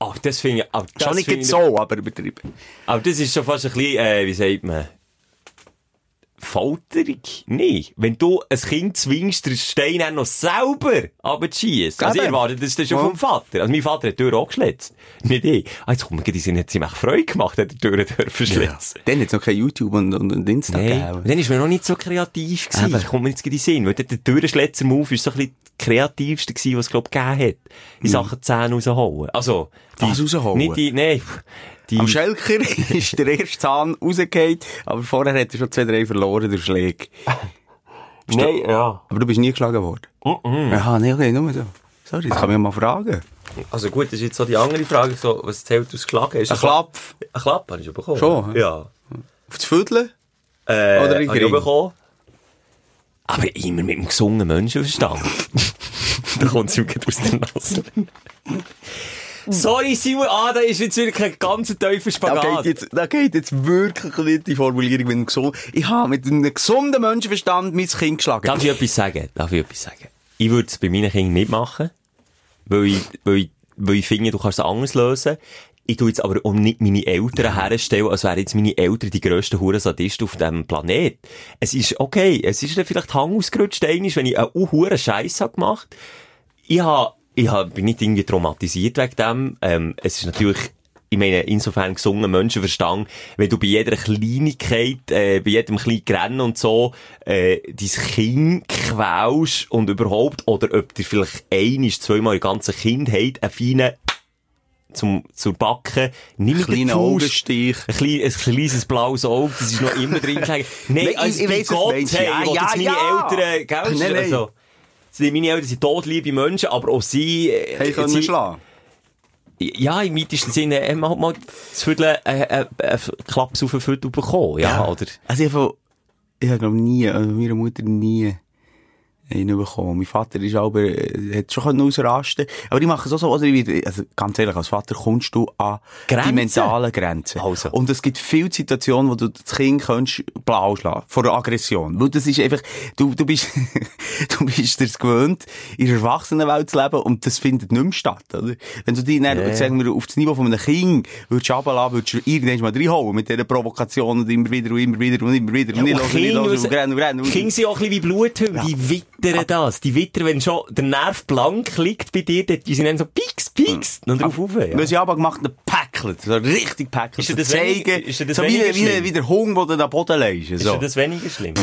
C: Ah, das finde ich, ah, das
D: Schon
C: finde
D: nicht
C: ich-
D: so, aber übertrieben.
C: Aber das ist schon fast ein bisschen, äh, wie sagt man, Folterung? Nein. Wenn du ein Kind zwingst, den Stein dann noch selber runterzuschiessen. Also ich
D: Eben.
C: erwarte das dann schon
D: Ja.
C: vom Vater. Also mein Vater hat die Tür auch geschlitzt. Nicht ich. Ah, jetzt kommt mir gerade in den Sinn, hat sie mir Freude gemacht, hat die Tür dürfen schlitzen.
D: Dann hat es noch kein YouTube und, und, und Insta
C: Nein,
D: gegeben.
C: dann ist man noch nicht so kreativ gewesen.
D: Aber-
C: Das kommt mir jetzt gerade in den Sinn. Weil der der Türenschletzer-Move ist so ein bisschen das kreativste gewesen, was es, glaub, gegeben hat. In Sachen Zähne rausholen. Also, die,
D: Mhm. Was rausholen?
C: Nicht die, nein, die,
D: Am Schelker ist der erste Zahn rausgefallen, aber vorher hat er schon zwei, drei verloren dus, durch Schläge.
C: nein, ja.
D: Aber du bist nie geschlagen worden. Aha, nee, okay, nur so. Sorry, das kann man ja mal fragen.
C: Also gut, das ist jetzt so die andere Frage, so, was zählt aus Geschlagen? Ist
D: Ein Klapf
C: Ein Klapp habe ich schon bekommen.
D: Schon, hä?
C: Ja.
D: auf das Viertel?
C: Äh,
D: Oder ein
C: habe ich
D: Ring.
C: auch bekommen. Aber immer mit einem gesunden Menschenverstand. da kommt es ihm gerade aus der Nase. Sorry, Simon, ah, da ist jetzt wirklich ein ganz tiefer
D: Da
C: Spagat.
D: geht, jetzt, da geht jetzt wirklich nicht die Formulierung mit einem gesunden... Ich habe mit einem gesunden Menschenverstand mein Kind geschlagen.
C: Darf ich etwas sagen? Darf ich etwas sagen? Ich würde es bei meinen Kindern nicht machen, weil ich, weil ich, weil ich finde, du kannst es anders lösen. Ich tu jetzt aber um nicht meine Eltern herstellen, als wären jetzt meine Eltern die grössten Hurensadisten auf dem Planet. Es ist okay, es ist dann vielleicht Hang ausgerutscht, einmal, wenn ich einen huren Scheiß habe gemacht. Ich habe, ich hab, bin nicht irgendwie traumatisiert wegen dem. Ähm, es ist natürlich, ich meine, insofern gesunder Menschenverstand, wenn du bei jeder Kleinigkeit, äh, bei jedem kleinen Grennen und so, äh, dein Kind quälst und überhaupt, oder ob dir vielleicht ein ist, zweimal in der ganzen Kindheit einen feinen zum, zur Backe, nimm mit der
D: Kleiner
C: Faust-
D: Augenstich.
C: ein, klein, ein kleines blaues Auge, das ist noch immer drin. Nein,
D: Nein,
C: also
D: ich
C: bei
D: weiss, was
C: Gott,
D: du meinst.
C: hey,
D: Ja,
C: ich will
D: ja,
C: jetzt meine
D: ja.
C: Eltern, gell?
D: Nein, nein.
C: Also, sind meine Eltern sind todliebe Menschen, aber auch sie... äh,
D: Hey, können
C: sie-
D: schlagen.
C: Ja, im weitesten Sinne, äh, man hat mal das Viertel, äh, äh, äh, Klaps auf den Viertel bekommen, ja, oder?
D: Also ich habe, ich habe glaube nie, also meine Mutter nie einen bekommen. Mein Vater ist aber, äh, hat schon können ausrasten Aber ich mache es auch so, also, ich, will- also ganz ehrlich, als Vater kommst du an die
C: Grenzen?
D: mentalen Grenzen.
C: Also.
D: Und es gibt viele Situationen, wo du das Kind kannst blau schlagen vor der Aggression. Weil das ist einfach, du, du bist, du bist es gewöhnt, in der Erwachsenenwelt zu leben und das findet nicht mehr statt, oder? Wenn du dich dann,
C: Ja.
D: sagen wir, auf das Niveau von einem Kind würdest runterlassen, würdest du irgendwann mal reinhauen mit dieser Provokation und immer wieder und immer wieder und immer wieder und nicht los, nicht los, und rennen Ah. und rennen.
C: Kinder sind auch ein bisschen wie Bluthülle, die wittern das. Die wittern, wenn schon der Nerv blank liegt bei dir, die sind dann so pieks, pieks,
D: Hm.
C: und dann
D: Ah.
C: drauf rauf, ja.
D: Was ich aber gemacht habe, gepäckelt. So richtig gepäckelt.
C: Ist
D: So
C: dir das
D: zeigen,
C: wenig- ist dir das
D: so wie,
C: weniger
D: wie,
C: schlimm?
D: wie der Hunger, den du da Boden leist.
C: Ist
D: So.
C: dir das weniger schlimm?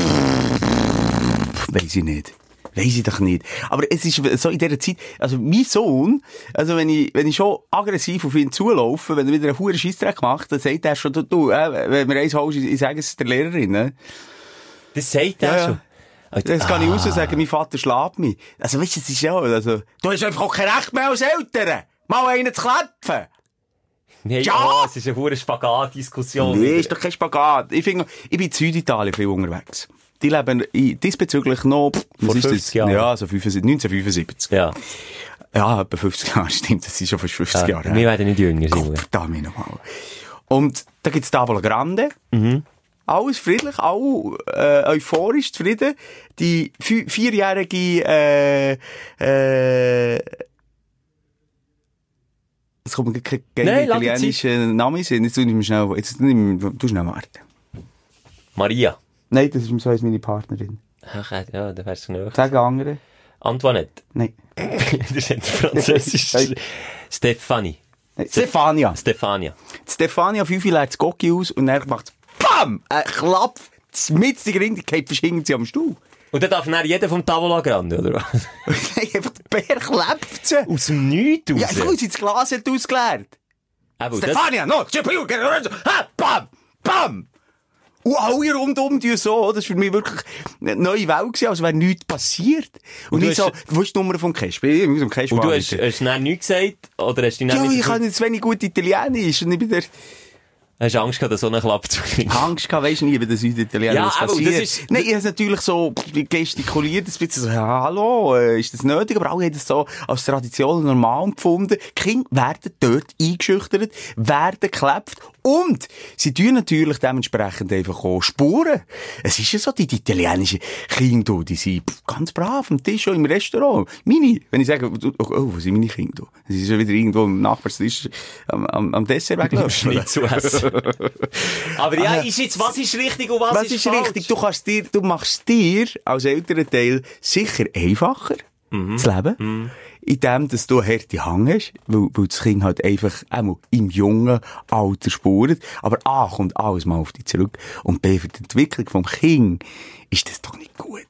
D: Weiß ich nicht. Weiß ich doch nicht. Aber es ist so in dieser Zeit, also mein Sohn, also wenn ich, wenn ich schon aggressiv auf ihn zulaufe, wenn er wieder einen hohen Scheissdreck macht, dann sagt er schon, du, du äh, wenn mir eins holst, ich, ich sage es der Lehrerin. Ne?
C: Das sagt er
D: Ja, ja.
C: schon. Alter,
D: Jetzt kann ich
C: ah.
D: raus und sagen, mein Vater schlägt mich. Also weißt du, es ist ja, also, du hast einfach auch kein Recht mehr als Eltern, mal einen zu klepfen.
C: Nee,
D: Ja!
C: oh, es ist eine hure Spagat-Diskussion.
D: Nee, ist doch kein Spagat. Ich finde, ich bin in Süditalien viel unterwegs. Die leben in- diesbezüglich noch, pff, was
C: Vor
D: ist das?
C: 50 Jahren.
D: Ja, so 75, 1975.
C: Ja,
D: Ja, etwa 50 Jahre, stimmt, das ist schon fast 50
C: ja.
D: Jahre.
C: Ah, wir werden nicht jünger, Simon.
D: Verdammt nochmal. Und da gibt's Tavola Grande.
C: Mhm.
D: Alles friedlich, alle äh, euphorisch, zufrieden. Die vi- vierjährige, äh, äh, es kommt mir kein
C: Nein,
D: geiler
C: lass die
D: italienischer Name in den Sinn. Jetzt tu ich mir schnell, jetzt tu ich mir- tu schnell warten.
C: Maria.
D: Nein, das ist so heisst meine Partnerin.
C: Ach, ja, da wärst du näher.
D: Sag andere.
C: Antoinette.
D: Nein.
C: das ist jetzt französisch.
D: Hey.
C: Stefanie.
D: Nein. Stefania.
C: Stefania.
D: Stefania Fünfi legt das Gocki aus und dann macht BAM! Ein Klapf. Mit die Ring, die geht verschinkt sie am Stuhl.
C: Und dann darf dann jeder vom Tavola Grande, oder was?
D: Und dann einfach der Bär klebt sie.
C: Aus dem Nichts raus.
D: Ja, ich weiß, das Glas hat ausgeleert. Ah,
C: Aber Oh, das,
D: Stefania, no, Chipiu, ha, bam, bam. Und alle rundum tun so, oh, das war für mich wirklich eine neue Welt gewesen, als wäre nichts passiert. Und,
C: Und du
D: ich so,
C: hast-
D: wo ist die Nummer vom Cash? Ich muss am Cash
C: und du
D: warten.
C: hast, hast dann nichts gesagt? Oder hast du dann
D: Ja,
C: mit-
D: ich kann jetzt wenig gut Italienisch und ich bin der...
C: hast du Angst gehabt, dass so eine Klappe zu kriegen?
D: Angst gehabt, weisst du nie, wenn das in Italien
C: Ja,
D: was
C: aber das
D: passiert.
C: ist-
D: Nein, ich habe natürlich so gestikuliert, ein bisschen so, ja, hallo, äh, ist das nötig? Aber alle haben das so als Tradition und normal empfunden. Die Kinder werden dort eingeschüchtert, werden geklepft und sie tun natürlich dementsprechend einfach auch Spuren. Es ist ja so, die, die italienischen Kinder, du, die sind pff, ganz brav am Tisch, auch im Restaurant. Meine, wenn ich sage, du, oh, oh, wo sind meine Kinder? Sie sind schon wieder irgendwo am Nachbarstisch am, am, am Dessert weglaufen.
C: Nicht zu essen. Aber
D: Ah,
C: ja, ist jetzt, was ist richtig und was,
D: Was ist
C: falsch?
D: richtig? Du, kannst dir, du machst dir als älterer Teil sicher einfacher das Leben, indem dass du harte Hang hast, weil, weil das Kind halt einfach einmal eh, im jungen Alter spuret. Aber A, kommt alles mal auf dich zurück und B, für die Entwicklung vom Kind ist das doch nicht gut.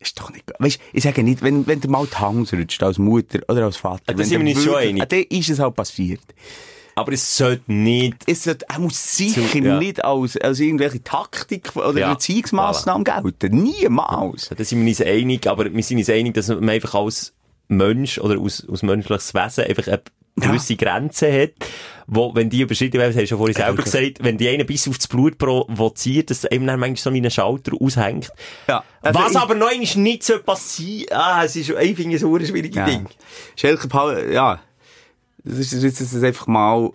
D: Ist doch nicht gut. Weißt, ich sage nicht, wenn, wenn dir mal die Hang rutscht, als Mutter oder als Vater,
C: Ah, da
D: wenn
C: sind
D: dir
C: wir uns schon
D: wirklich-
C: einig.
D: Ah, Dann ist es halt passiert.
C: Aber es sollte nicht
D: Es sollte, er muss sicher
C: Zu- ja.
D: nicht als, als irgendwelche Taktik oder
C: Ja.
D: Erziehungsmaßnahmen gelten. Niemals.
C: Da sind wir uns einig, aber wir sind uns einig, dass man einfach als Mensch oder aus, aus menschliches Wesen einfach eine gewisse Grenze hat, wo, wenn die überschritten werden, das hast du ja vorhin selber gesagt, wenn die einen bis aufs Blut provoziert, dass einem dann manchmal so wie ein Schalter aushängt.
D: Ja. Also
C: Was
D: ich-
C: aber noch eigentlich nicht so passiert, ah, es ist, ich finde es ein verdammt schwieriges
D: Ja.
C: Ding.
D: Schelker Paul, ja. Das ist jetzt dass es einfach mal,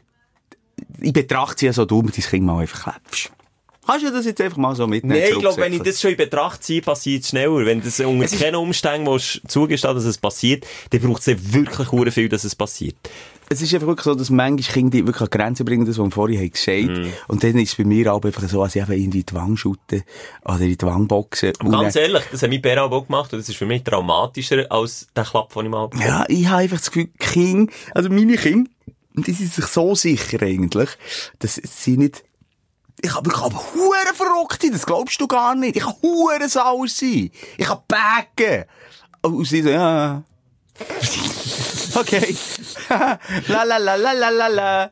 D: ich betrachte sie ja so dumm, dein Kind mal einfach klebst. Kannst du das jetzt einfach mal so mitnehmen?
C: Nein, ich glaube, wenn ich
D: zurücksäckeln?
C: das schon in Betracht ziehe, passiert es schneller. Wenn das unter keinen Umständen willst, zugestehen dass es passiert, dann braucht es dann wirklich hure viel, dass es passiert.
D: Es ist einfach wirklich so, dass manchmal Kinder wirklich an die Grenzen bringen, das, was wir vorhin haben gesagt
C: Mhm.
D: Und dann ist es bei mir auch einfach so, als ich eben irgendwie in die Wange schaute oder in die Wange boxe.
C: Und ganz ehrlich, das hat mein Bär auch gemacht und das ist für mich traumatischer als der Klapp, den ich mal habe.
D: Ja, ich habe einfach das Gefühl, Kinder, also meine Kinder, die sind sich so sicher eigentlich, dass sie nicht ich habe ich habe hure verrückt sein, das glaubst du gar nicht. Ich kann hure sauer sein. Ich kann backen. Und sie so, ja. Okay. la la la la la la la.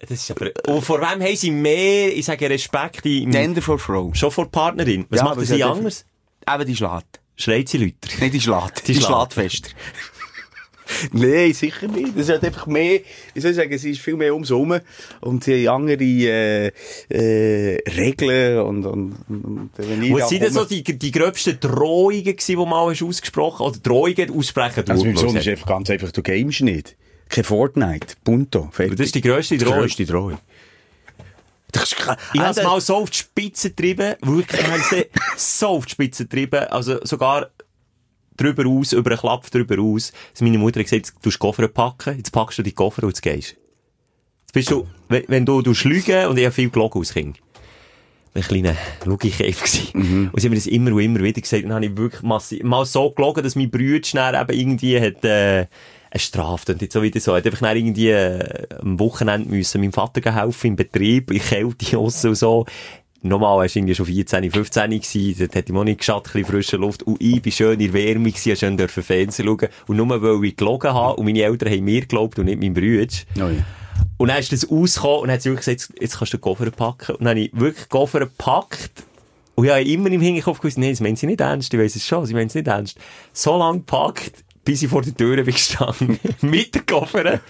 C: Das ist aber,
D: Äh.
C: und vor wem haben sie mehr, ich sage Respekt, im,
D: Gender for Frau.
C: schon vor der Partnerin? Was
D: Ja,
C: macht
D: aber
C: das
D: sie
C: sie
D: hat-
C: anders?
D: Eben die Schlat.
C: Schreit sie Leute.
D: Nicht die Schlat.
C: Die
D: Die,
C: Schlat.
D: Schlat fester. Nein, sicher nicht. Das hat einfach mehr, wie soll ich sagen, sie ist viel mehr ums Herum und sie haben andere äh, äh, Regeln und, und, und wenn ich da
C: Was sind denn so
D: komme-
C: die, die gröbsten Drohungen gewesen, die du mal hast ausgesprochen hast? Oder Drohungen aussprechen
D: Also mein
C: durften,
D: Sohn
C: glaubst
D: ist
C: du?
D: einfach ganz einfach, du games nicht. Kein Fortnite, Punto, fertig.
C: Das ist die grösste
D: Die
C: Drohung.
D: grösste Drohung. Das ist kein-
C: Ich hab's
D: Also-
C: mal so auf die Spitze getrieben, wirklich ich hab's dann so auf die Spitze getrieben, also sogar drüber aus, über einen Klapp drüber aus, dass meine Mutter hat gesagt, du musst Koffer packen, jetzt packst du die Koffer und jetzt gehst. Jetzt bist du, wenn, wenn du, du lügen, und ich habe viel gelogen als Kind. Ein kleiner Lugikäf gsi. Und sie haben mir das immer und immer wieder gesagt, und dann habe ich wirklich massi- mal so gelogen, dass mein Bruder schnell eben irgendwie hat, äh, eine Strafe, und jetzt so wieder so, hat einfach dann irgendwie, äh, am Wochenende müssen meinem Vater gehen helfen im Betrieb, in Kälte, aussen und so. Nochmal, er war irgendwie schon 14, 15 gewesen, dort hat ihm auch nicht geschaut, ein bisschen frische Luft. Und ich bin schön in der Wärme gewesen, hab schön dürfen Fernsehen schauen. Und nur weil ich gelogen habe, und meine Eltern haben mir geglaubt und nicht meinem Bruder.
D: Oh ja.
C: Und dann ist das rausgekommen und hat sie wirklich gesagt, jetzt, jetzt kannst du den Koffer packen. Und dann habe ich wirklich den Koffer gepackt. Und ich habe immer im Hinterkopf gewusst, nein, das meinen sie nicht ernst. Ich weiss es schon, sie meinen es nicht ernst. So lange gepackt, bis ich vor der Tür bin gestanden. mit dem Koffer.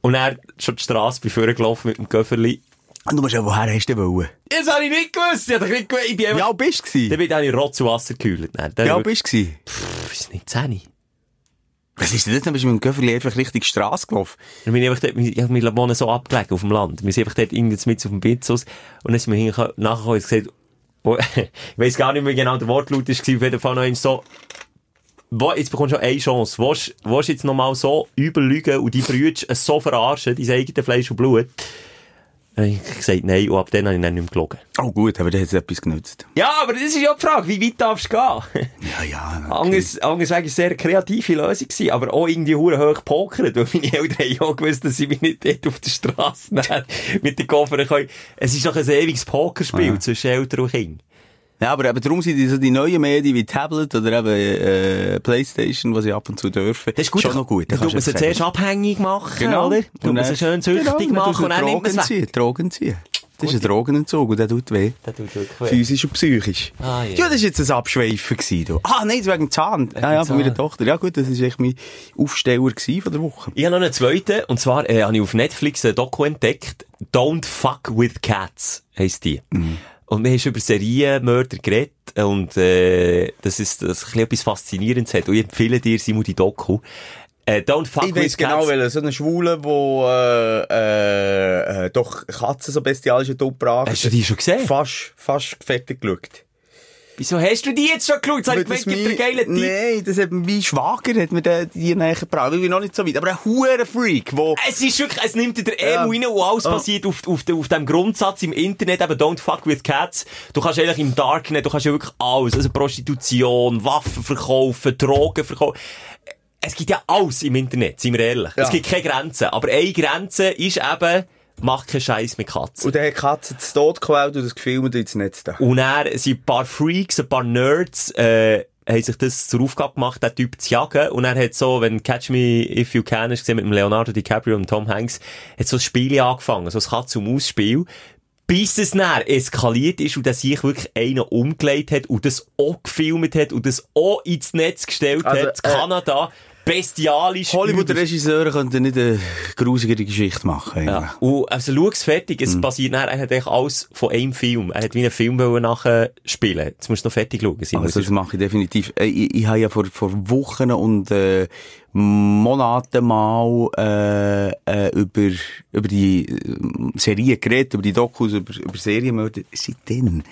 C: Und er schon die Straße bin vorgelaufen mit dem Kofferli.
D: Und Ah, du musst ja, woher hast du denn wollen?
C: Das habe ich nicht gewusst. Ich habe doch nicht gewusst. Ich bin
D: Wie
C: einfach...
D: alt bist du?
C: Dann
D: gewesen?
C: bin ich- habe ich rot zu Wasser gekühlt. Dann,
D: Wie
C: dann
D: alt bist du? gewesen?
C: Pff, ist nicht 10.
D: Was ist denn das? Dann bist du mit dem Köfferli einfach richtig Straße gelaufen.
C: Dann bin ich einfach dort, ich hab meine Wohnung so abgelegt auf dem Land. Wir sind einfach dort irgendwie mit auf dem Bizos. Und dann sind wir hingekommen- nachgekommen und gesagt, wo, ich weiss gar nicht mehr genau, der Wortlaut war auf jeden Fall noch einmal so, wo, jetzt bekommst du noch eine Chance. Willst, willst du jetzt nochmal so übel lügen und die Brüder so verarschen, dein eigenes Fleisch und Blut? Dann habe ich gesagt, nein, und ab dann habe ich dann nicht mehr gelogen.
D: Oh gut, aber dann hat es etwas genützt.
C: Ja, aber das ist ja die Frage, wie weit darfst du gehen?
D: Ja, ja.
C: Anders, anders war es sehr kreative Lösung, gewesen, aber auch irgendwie hure hoch gepokert, weil meine Eltern haben ja auch gewusst, dass sie mich nicht dort auf der Straße nehmen, mit den Koffern können. Es ist doch ein ewiges
D: Ah,
C: Pokerspiel zwischen Eltern und Kind.
D: Ja, aber eben darum sind die, so die neuen Medien wie Tablet oder eben äh, Playstation, was ich ab und zu dürfen. Schon noch gut.
C: Dann tut man
D: kannst du
C: sie
D: einfach
C: zuerst
D: sagen.
C: abhängig machen,
D: Genau.
C: oder? Tut man
D: dann-
C: sie schön süchtig
D: Genau, dann
C: machen
D: tust
C: und
D: du
C: dann nimmt man
D: Drogen
C: es weg.
D: ziehen. Drogen ziehen. Das ist ein Drogenentzug und der tut weh.
C: Das tut wirklich weh.
D: Physisch und psychisch.
C: Ah, je.
D: ja. das war jetzt ein Abschweifen. Gewesen, du. ah, nein, das war wegen dem Zahn. Ah, ja, von meiner
C: Zahn.
D: Tochter. Ja gut, das war echt mein Aufsteller gewesen von der Woche.
C: Ich habe noch einen zweiten, und zwar äh, habe ich auf Netflix ein Doku entdeckt, Don't Fuck With Cats, heisst die.
D: Mhm.
C: Und wir haben über Serienmörder geredet, und äh, das ist das ist etwas Faszinierendes hat. Und ich empfehle dir, Simon, die Doku. Äh, Don't Fuck
D: Ich
C: With
D: weiß genau,
C: Cats.
D: weil so eine Schwule, wo äh, äh, doch Katzen so bestialisch in den Tod brachte.
C: Hast du die schon gesehen?
D: Fast, fast gefettet geschaut.
C: Wieso hast du die jetzt schon geschaut? Sag ich,
D: Weil das
C: gemeint, gibt dir
D: mein-
C: einen geilen Tipp.
D: Nein, das hat mein Schwager hat mir den, die näher gebracht. Ich bin noch nicht so weit. Aber ein Hurenfreak, wo...
C: Es ist wirklich, es nimmt dir der
D: Ja. Ah.
C: Emu rein und alles
D: Ja.
C: passiert auf, auf, auf dem Grundsatz im Internet, eben don't fuck with cats. Du kannst eigentlich im Darknet, du kannst ja wirklich alles, also Prostitution, Waffen verkaufen, Drogen verkaufen. Es gibt ja alles im Internet, sind wir ehrlich.
D: Ja.
C: Es gibt keine Grenzen. Aber eine Grenze ist eben, mach keinen Scheiß mit Katzen.
D: Und der hat Katze zu Tod gequält und das gefilmt und ins Netz da.
C: Und er sind ein paar Freaks, ein paar Nerds, äh, haben sich das zur Aufgabe gemacht, den Typ zu jagen. Und er hat so, wenn Catch Me If You Can ist gesehen mit dem Leonardo DiCaprio und Tom Hanks, hat so ein Spiel angefangen, so ein Katz- und Maus-Spiel. Bis es dann eskaliert ist und dass sich wirklich einer umgelegt hat und das auch gefilmt hat und das auch ins Netz gestellt
D: Also,
C: hat,
D: äh,
C: Kanada. bestialisch.
D: Hollywood-Regisseure könnten nicht eine grusigere Geschichte machen.
C: Ja. Und also schau es fertig, es
D: Hm.
C: passiert nachher, er hat eigentlich alles von einem Film. Er hat wie einen Film wollen nachher spielen. Jetzt musst du noch fertig schauen. Simon.
D: Also das mache ich definitiv. Äh, Ich, ich habe ja vor, vor Wochen und äh, Monaten mal äh, äh, über, über die äh, Serien geredet, über die Dokus, über, über Serienmörder. Seitdem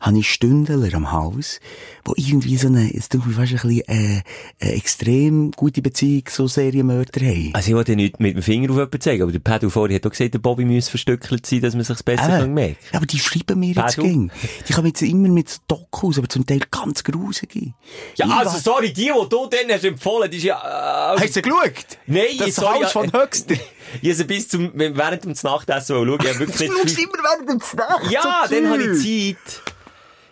D: habe ich Stündler am Haus, wo irgendwie so eine, es tut mir fast ein bisschen, äh, eine extrem gute Beziehung zu Serienmörder haben.
C: also ich wollte nicht mit dem Finger auf jemanden zeigen, aber der Pedro vorhin hat auch gesagt, der Bobby müsse verstückelt sein, dass man sich's besser
D: Eben.
C: merkt.
D: aber die schreiben mir jetzt
C: Pedro.
D: ging. Die kommen jetzt immer mit so Dokus, aber zum Teil ganz grusige.
C: Ja,
D: Ich
C: also
D: weiß-
C: sorry, die, die du dann hast empfohlen, die ist ja... Äh,
D: Hast du geschaut?
C: Nein,
D: das
C: ich- sorry,
D: Haus
C: ja,
D: von
C: äh,
D: Höchster.
C: Ich habe bis zum, während dem Nachtessen wollen schauen, ich habe wirklich
D: Du schaust
C: nicht...
D: immer während der Nacht.
C: Ja,
D: so
C: dann habe
D: Zeug.
C: ich Zeit.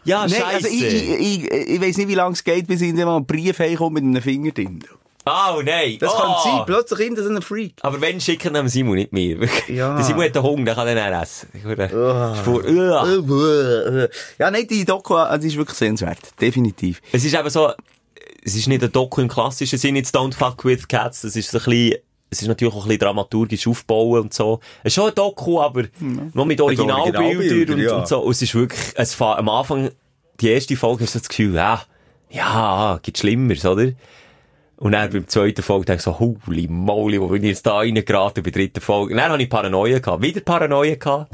C: Ja,
D: Nein, also
C: scheiße.
D: ich, ich, ich, ich weiss nicht, wie lange es geht, bis ich dann mal einen Brief heimkomme mit einem Finger drin. Ah.
C: Oh nein.
D: Das
C: oh.
D: kann sein. Plötzlich ist das ein Freak.
C: Aber wenn, schicken wir Simon nicht mehr.
D: Ja.
C: Der Simon hat den Hunger, der kann dann auch essen. Ich würde- Spur.
D: Äh,
C: Uah.
D: Ah. Ja, nein, die Doku, äh, die ist wirklich sehenswert. Definitiv.
C: Es ist eben so, es ist nicht ein Doku im klassischen Sinne, jetzt Don't Fuck With Cats, das ist so ein bisschen, es ist natürlich auch ein bisschen dramaturgisch aufbauen und so. Es ist schon ein Doku, aber nur mit Originalbildern
D: Originalbildern,
C: und,
D: ja.
C: und so. Und es ist wirklich, es fa- am Anfang, die erste Folge hast du das Gefühl, ja, ja, gibt Schlimmeres, oder? Und dann beim zweiten Folge denke ich so, holy moly, wo bin ich jetzt da reingeraten bei der dritten Folge? Und dann habe ich Paranoia gehabt. Wieder Paranoia gehabt.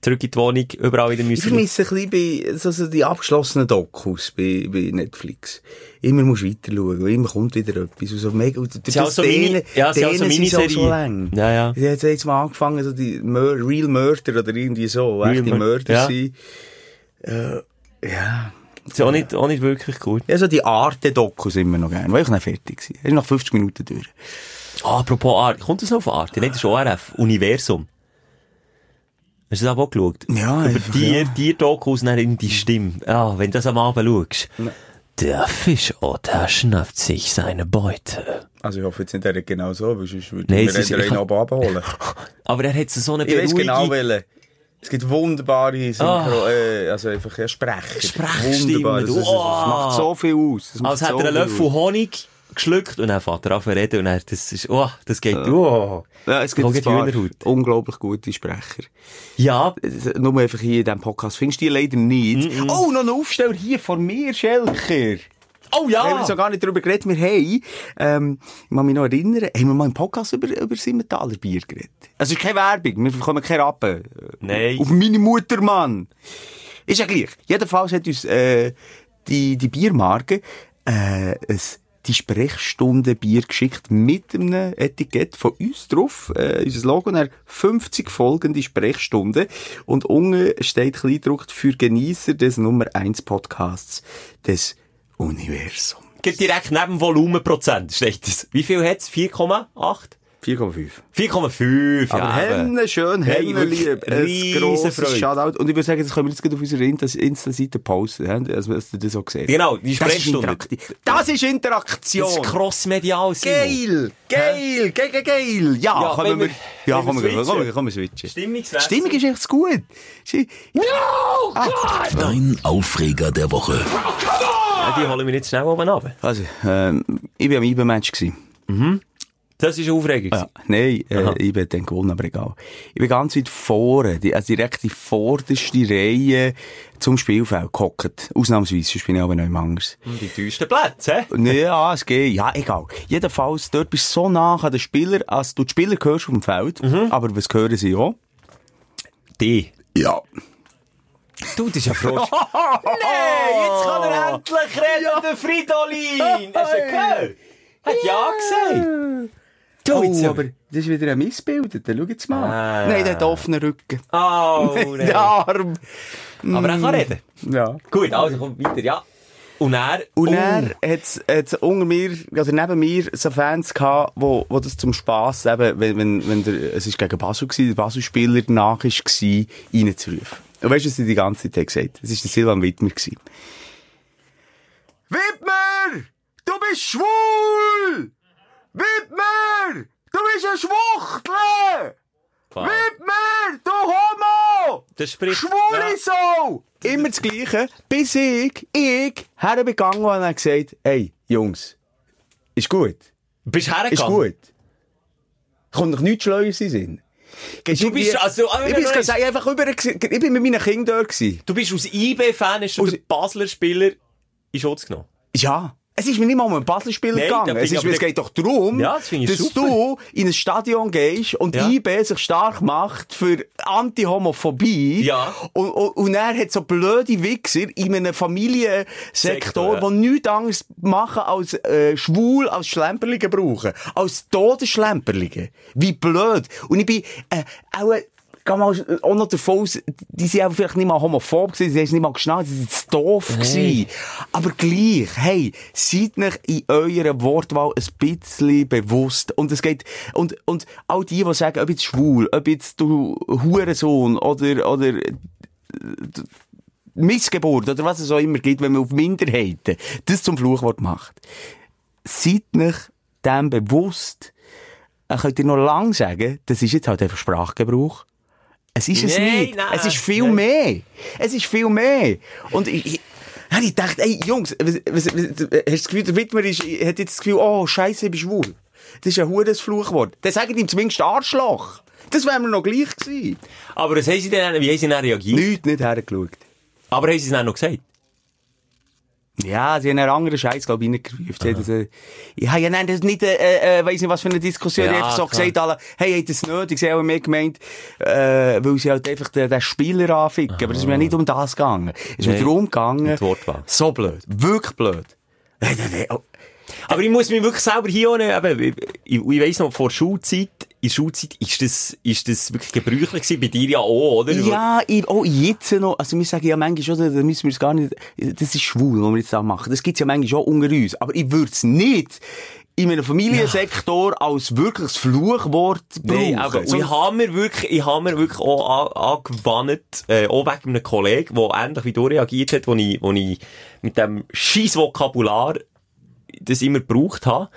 C: Zurück in die Wohnung, überall wieder
D: Ich
C: müssen.
D: vermisse ein bisschen bei, so, so die abgeschlossenen Dokus bei, bei Netflix. Immer musst du weiter schauen, immer kommt wieder etwas. oh, Und so mega, und das,
C: sind auch so
D: denen-
C: Mini- ja, es sind auch so
D: denen sind sie auch so lang.
C: Miniserien. Ja, ja.
D: Die haben jetzt mal angefangen, so die Mör Real Murder oder irgendwie so,
C: Real
D: echte
C: Mur-
D: Mörder
C: ja.
D: sind. Äh, ja.
C: Das ist auch nicht, auch nicht wirklich gut.
D: Ja, so die Arte-Dokus immer noch gerne, weil ich dann fertig war. Er ist nach 50 Minuten durch.
C: Ah, apropos Arte. Kommt das noch von Arte? Nein, das ist ORF. Universum. Hast du das auch geschaut?
D: Ja,
C: Über
D: einfach,
C: Tier,
D: ja.
C: Tierdokus, dann eben die Stimme. Ja, wenn du das am Abend schaust. Der Fischotter schnappt sich seine Beute.
D: Also ich hoffe jetzt nicht, er hat genau so, weil sonst würde
C: Nein,
D: ich
C: es
D: mir
C: ist-
D: eher
C: ich
D: einen
C: hab-
D: oben abholen.
C: Aber er hat so eine
D: Ich weiß
C: beruhigende...
D: genau, welche. Es gibt wunderbare Synchro, äh, also einfach ja, Sprecher.
C: Sprechstimmen,
D: Wunderbar. Das,
C: Ah. du.
D: das,
C: Oh.
D: das, das macht so viel aus. Das macht
C: Als hätte
D: so
C: er einen
D: viel
C: Löffel
D: aus.
C: Honig geschluckt und dann fährt er an zu reden und er, das ist, oh, das geht, oh.
D: Ja, es gibt
C: Schau
D: ein
C: die
D: paar
C: Hühnerhaut.
D: unglaublich gute Sprecher.
C: Ja,
D: Das- Nur einfach hier in diesem Podcast findest du die leider nicht. Oh, noch ein Aufsteller hier von mir, Schelker.
C: oh
D: Wir haben
C: ja!
D: jetzt noch gar nicht darüber geredet. Wir haben, ähm, ich muss mich noch erinnern, haben wir mal im Podcast über, über Simmentaler Bier geredet. Also, es ist keine Werbung. Wir bekommen keine Rappen.
C: Nein.
D: Auf meine Mutter, Mann. Ist ja gleich. Jedenfalls hat uns, äh, die, die Biermarke, äh, ein, die Sprechstunde Bier geschickt mit einem Etikett von uns drauf, äh, unser Logo, und dann 50 folgende Sprechstunde. Und unten steht klein gedruckt für Genießer des Nummer 1 Podcasts des Universum.
C: Geht direkt neben Volumenprozent, steht das. Wie viel hat's? 4,8?
D: 4,5.
C: 4,5, ja.
D: Aber
C: eben.
D: Henne, schön,
C: Hey,
D: Henne,
C: wirklich
D: lieb. Ein
C: riesen
D: grosses
C: Freude.
D: Shoutout. Und ich würde sagen, das können wir jetzt gleich auf unserer Insta- Insta-Seite posten, hä? dass wir- dass ihr das auch seht.
C: Genau, die
D: Das ist,
C: Sprechstunde.
D: Interakti das ist Interaktion.
C: Das ist cross medial, Simon.
D: Geil, geil, geil, geil, geil. Ja,
C: Ja,
D: kommen
C: wenn
D: wir,
C: wir-
D: ja,
C: wenn wir
D: kommen wir,
C: switchen.
D: kommen wir, kommen wir switchen.
C: Stimmungswechsel.
D: Stimmung ist echt gut. Sie-
B: Dein Aufreger der Woche.
C: Ja, die holen wir jetzt schnell oben ab.
D: Also, ähm, ich war am IBA-Match. gewesen.
C: Das ist aufregend.
D: Ja, nein,
C: Aha.
D: äh, ich bin dann gewonnen, aber egal. Ich bin ganz weit vorne, die, also direkt die vorderste Reihe zum Spielfeld gehockt. Ausnahmsweise, sonst bin ich aber noch im anders.
C: Die teuersten Plätze, hä?
D: Ja, es geht. Ja, egal. Jedenfalls, dort bist du so nah an den Spieler, als du die Spieler hörst auf dem Feld.
C: Mhm.
D: Aber was hören sie auch?
C: Die.
D: Ja.
C: Du, das ist ja Frosch. Nein, jetzt kann er endlich reden, der Fridolin. Hast du gehört? Hat ja gesagt. Du, jetzt aber...
D: Oh, das ist wieder ein Missbild. Dann schau jetzt mal.
C: Ah.
D: Nein, der hat offenen Rücken.
C: Oh, nein.
D: Der Arm.
C: Aber er kann reden.
D: Ja.
C: Gut, also kommt weiter, ja. Und er...
D: Und er hat's, hat's unter mir, also neben mir, so Fans gehabt, wo, wo das zum Spass eben, wenn, wenn, wenn der, es ist gegen Basel gewesen, der Basel-Spieler danach ist gewesen, reinzurufen. Und weißt du, was sie die ganze Zeit gesagt haben? Es ist der Silvan Wittmer gewesen. Wittmer! Du bist schwul! Wittmer! Du bist ein Schwuchtle! Ah.
C: Oh,
D: Wittmer! Du Homo!
C: das spricht...
D: Schwule Sau! Immer das Gleiche. Bis ich, ich, herbegangen und habe gesagt, hey, Jungs, ist gut.
C: Bist
D: Ist
C: hergegangen?
D: gut. Kommt doch nichts Schleuers in den Sinn. Gehst
C: Du bist
D: irgendwie-
C: also- ah,
D: ich bin,
C: nein.
D: es gerade einfach über, ich bin mit meinen Kindern dort gewesen.
C: Du bist aus IB-Fan, hast du
D: Aus-
C: den Basler Spieler in Schutz genommen.
D: Ja. Es ist mir nicht mal um einen Bastelspieler
C: Nein, da
D: gegangen.
C: finde
D: Es,
C: ich
D: ist,
C: aber-
D: es geht doch darum,
C: Ja, das finde ich
D: dass
C: super.
D: du in ein Stadion gehst und
C: Ja.
D: IB sich stark macht für Anti-Homophobie.
C: Ja.
D: Und, und, und er hat so blöde Wichser in einem Familiensektor,
C: Sektor, ja.
D: wo nichts anderes machen als äh, schwul, als Schlemperlinge brauchen. Als Todesschlemperlinge. Wie blöd. Und ich bin äh, auch... äh, Geh mal auch noch davon aus, die sind auch vielleicht nicht mal homophob gewesen, sie haben es nicht mal geschnallt, sie sind zu doof gewesen. Aber gleich, hey, seid euch in eurer Wortwahl ein bisschen bewusst. Und es geht, und, und all die, die sagen, ob jetzt schwul, ob jetzt du Hurensohn oder, oder Missgeburt oder was es auch immer gibt, wenn man auf Minderheiten das zum Fluchwort macht. Seid euch dem bewusst, dann könnt ihr noch lange sagen, das ist jetzt halt einfach Sprachgebrauch. Es ist es
C: Nein,
D: nicht.
C: nein,
D: es ist viel
C: nein.
D: mehr. Es ist viel mehr. Und ich, ich, dann hab ich dachte, ey, Jungs, was, was, was, hast du das Gefühl, der Widmer ist, hat jetzt das Gefühl, oh, scheiße, ich bin schwul. Das ist ein hohes Fluchwort. Dann sagt ihm zumindest Arschloch. Das wären wir noch gleich gewesen.
C: Aber was haben sie denn, wie haben sie dann reagiert?
D: Leute nicht hergeschaut.
C: Aber haben sie es dann noch gesagt?
D: Ja, sie haben einen anderen Scheiß, glaube ich, reingerufen. Sie haben das, äh, Ja, ja, nein, das ist nicht, äh, äh, weiss nicht, was für eine Diskussion.
C: Ja,
D: ich habe einfach so
C: klar.
D: gesagt, alle, hey, hat das nötig? Sie haben auch mehr gemeint, äh, weil sie halt einfach den, den Spieler anficken. Aber es
C: Ah.
D: ist mir nicht um das gegangen. Es ist mir
C: Nein,
D: darum gegangen.
C: um die Wortwahl.
D: So eh, blöd. Wirklich blöd. Nein, nein, nein, oh.
C: Aber ich muss mich wirklich selber hier ohne, eben, ich, ich weiss noch, vor Schulzeit, in Schulzeit, ist das, ist das wirklich gebräuchlich gewesen? Bei dir ja auch, oder?
D: Ja, ich, oh, jetzt noch. Also, wir sagen ja manchmal schon, da müssen wir es gar nicht, das ist schwul, was wir jetzt da machen. Das gibt's ja manchmal auch unter uns. Aber ich würde es nicht in einem Familiensektor als wirkliches Fluchwort brauchen.
C: Nein, aber
D: So-
C: ich habe mir wirklich, ich habe mir wirklich auch an, angewandt, äh, auch wegen einem Kollegen, der ähnlich wie du reagiert hat, wo ich, wo ich mit dem scheiß Vokabular das immer gebraucht habe.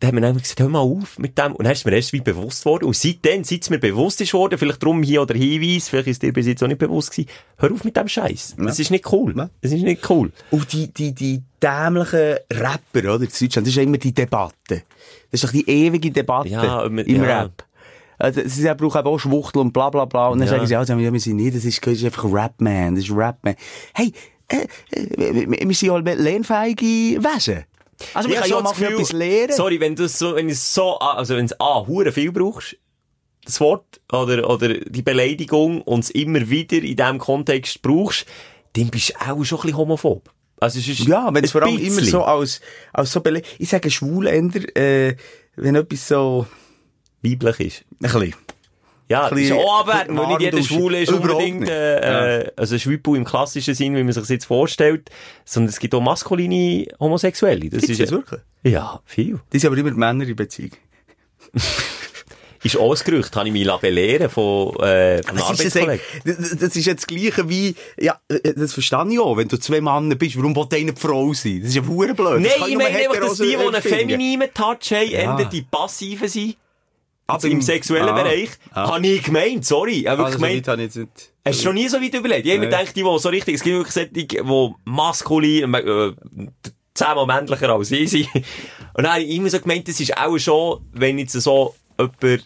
C: Da haben wir einfach gesagt, hör mal auf mit dem. Und dann ist mir erst wie bewusst worden. Und seitdem, seit es mir bewusst ist worden, vielleicht drum hier oder Hinweis, vielleicht ist dir bis jetzt auch nicht bewusst gewesen, hör auf mit dem Scheiß. Das ist nicht cool.
D: Ja.
C: Das ist nicht cool.
D: Und die, die, die dämlichen Rapper, oder? In Deutschland, das ist ja immer die Debatte. Das ist doch die ewige Debatte
C: Ja,
D: im
C: mit- ja.
D: Rap. Also, sie sagen, brauchen eben auch Schwuchtel und bla bla bla. Und dann
C: Ja.
D: sagen sie, ja, wir sind nicht, das ist, das ist einfach Rapman, das ist Rapman. Hey, äh, äh, wir wir sind halt lernfähige Wesen. Also wir können
C: Ich hab
D: ja
C: schon
D: mal
C: das
D: von
C: Gefühl-
D: etwas lernen.
C: Sorry, wenn du so, wenn es so, also wenn es A, hure viel brauchst, das Wort oder, oder die Beleidigung und es immer wieder in diesem Kontext brauchst, dann bist du auch schon ein bisschen homophob. Also es ist
D: Ja, wenn es
C: ein
D: vor allem immer
C: bisschen.
D: so als, als so bele Ich sage Schwuländer, äh, wenn etwas so...
C: weiblich ist.
D: Ein bisschen.
C: Ja, das ist
D: bisschen-
C: auch abwertend, weil nicht jeder
D: Warmdusche.
C: Schwule ist
D: Überhaupt
C: unbedingt,
D: nicht.
C: äh, äh, also Schwippo im klassischen Sinn, wie man sich das jetzt vorstellt, sondern es gibt auch maskuline Homosexuelle. Das
D: Gibt's
C: ist
D: das wirklich?
C: Ja, viel.
D: Die sind aber immer die Männer in Beziehung.
C: Ist auch ein Gerücht, habe ich mich belehren von, äh, von
D: Das ist, das,
C: Arbeitskollegen.
D: das das ist jetzt das Gleiche wie, ja, äh, das verstehe ich auch, wenn du zwei Männer bist, warum will einer die Frau sein? Das ist ja verdammt blöd.
C: Nein,
D: Das kann
C: ich
D: nur
C: meine einfach,
D: hetero
C: dass dus die, die einen
D: erfinden.
C: feminimen Touch haben,
D: Ja.
C: eher die passiven sind.
D: Aber
C: Also im sexuellen
D: ah,
C: Bereich.
D: Ah.
C: Habe ich gemeint, sorry. Ah, Ich habe
D: Also,
C: wirklich Äh,
D: so weit
C: gemeint,
D: habe ich jetzt nicht.
C: hast du noch nie so weit überlegt? Ich habe mir
D: Nein.
C: gedacht, die, die so richtig, es gibt wirklich solche, die maskulin, äh, zehnmal männlicher als ich sind. Und dann habe ich immer so gemeint, das ist auch schon, wenn jetzt so jemand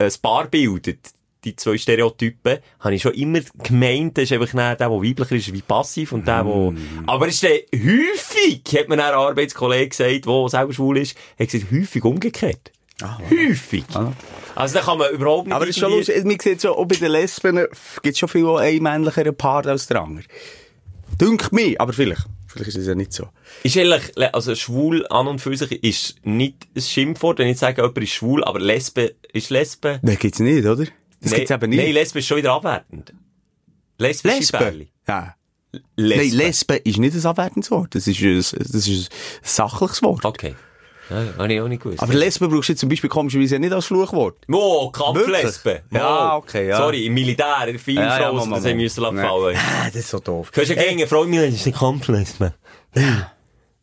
C: ein Paar bildet, die zwei Stereotypen, habe ich schon immer dus gemeint, das ist einfach dann der, der weiblicher ist, wie passiv und der, der... Aber es ist dann häufig, hat mir dann ein Arbeitskollege gesagt, der selber schwul ist, hat gesagt, häufig umgekehrt. häufig. Also da kann man überhaupt nicht...
D: Aber es ist schon
C: irgendwie-
D: lustig, man sieht schon, auch bei den Lesben gibt es schon viel ein männlicher Paar als der andere. Dünkt mich, aber vielleicht. Vielleicht ist es ja nicht so.
C: Ist ehrlich, le- also schwul an und für sich ist nicht ein Schimpfwort, wenn ich jetzt sage, jemand ist schwul, aber Lesbe ist Lesbe.
D: Nein, gibt es nicht, oder? Das
C: Nein,
D: gibt es eben nicht.
C: Nein, Lesbe ist schon wieder abwertend. Lesbe ist
D: Lesben.
C: Lesbe.
D: Ja. Nein,
C: Lesbe.
D: Lesben ist nicht ein abwertendes Wort. Das ist ein, das ist ein sachliches Wort.
C: Okay. Ja, habe ich auch nicht gewusst.
D: Aber Lesben brauchst du jetzt zum Beispiel komischerweise ja nicht als Fluchwort.
C: Mo, Kampflesbe.
D: Wirklich? Ja,
C: Mo.
D: okay, ja.
C: Sorry, im Militär, in vielen
D: Ja, ja,
C: Frauen,
D: Mann,
C: das
D: Mann,
C: haben wir uns
D: Mann.
C: abgefallen.
D: Ah, das ist so doof.
C: Kannst du ja gegen eine Frau, mir ist eine Kampflesbe.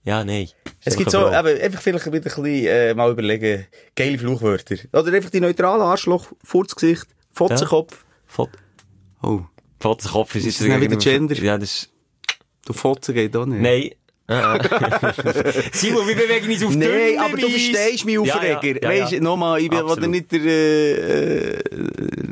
C: Ja, nein.
D: Es gibt so, aber einfach vielleicht wieder ein bisschen, äh, mal überlegen, geile Fluchwörter. Oder einfach die neutralen Arschloch, Furzgesicht, Fotzenkopf.
C: Fotzkopf ist
D: Oh, Ist das nicht wieder Gender?
C: Ja, das ist...
D: Du Fotzen geht auch nicht.
C: Nein, Simon, wir bewegen uns auf
D: Nein,
C: dünnem
D: aber du
C: Eis.
D: verstehst meinen
C: Ja, ja,
D: Aufreger.
C: ja,
D: Weißt du,
C: ja.
D: nochmal, ich will will
C: Absolut.
D: nicht der äh, äh,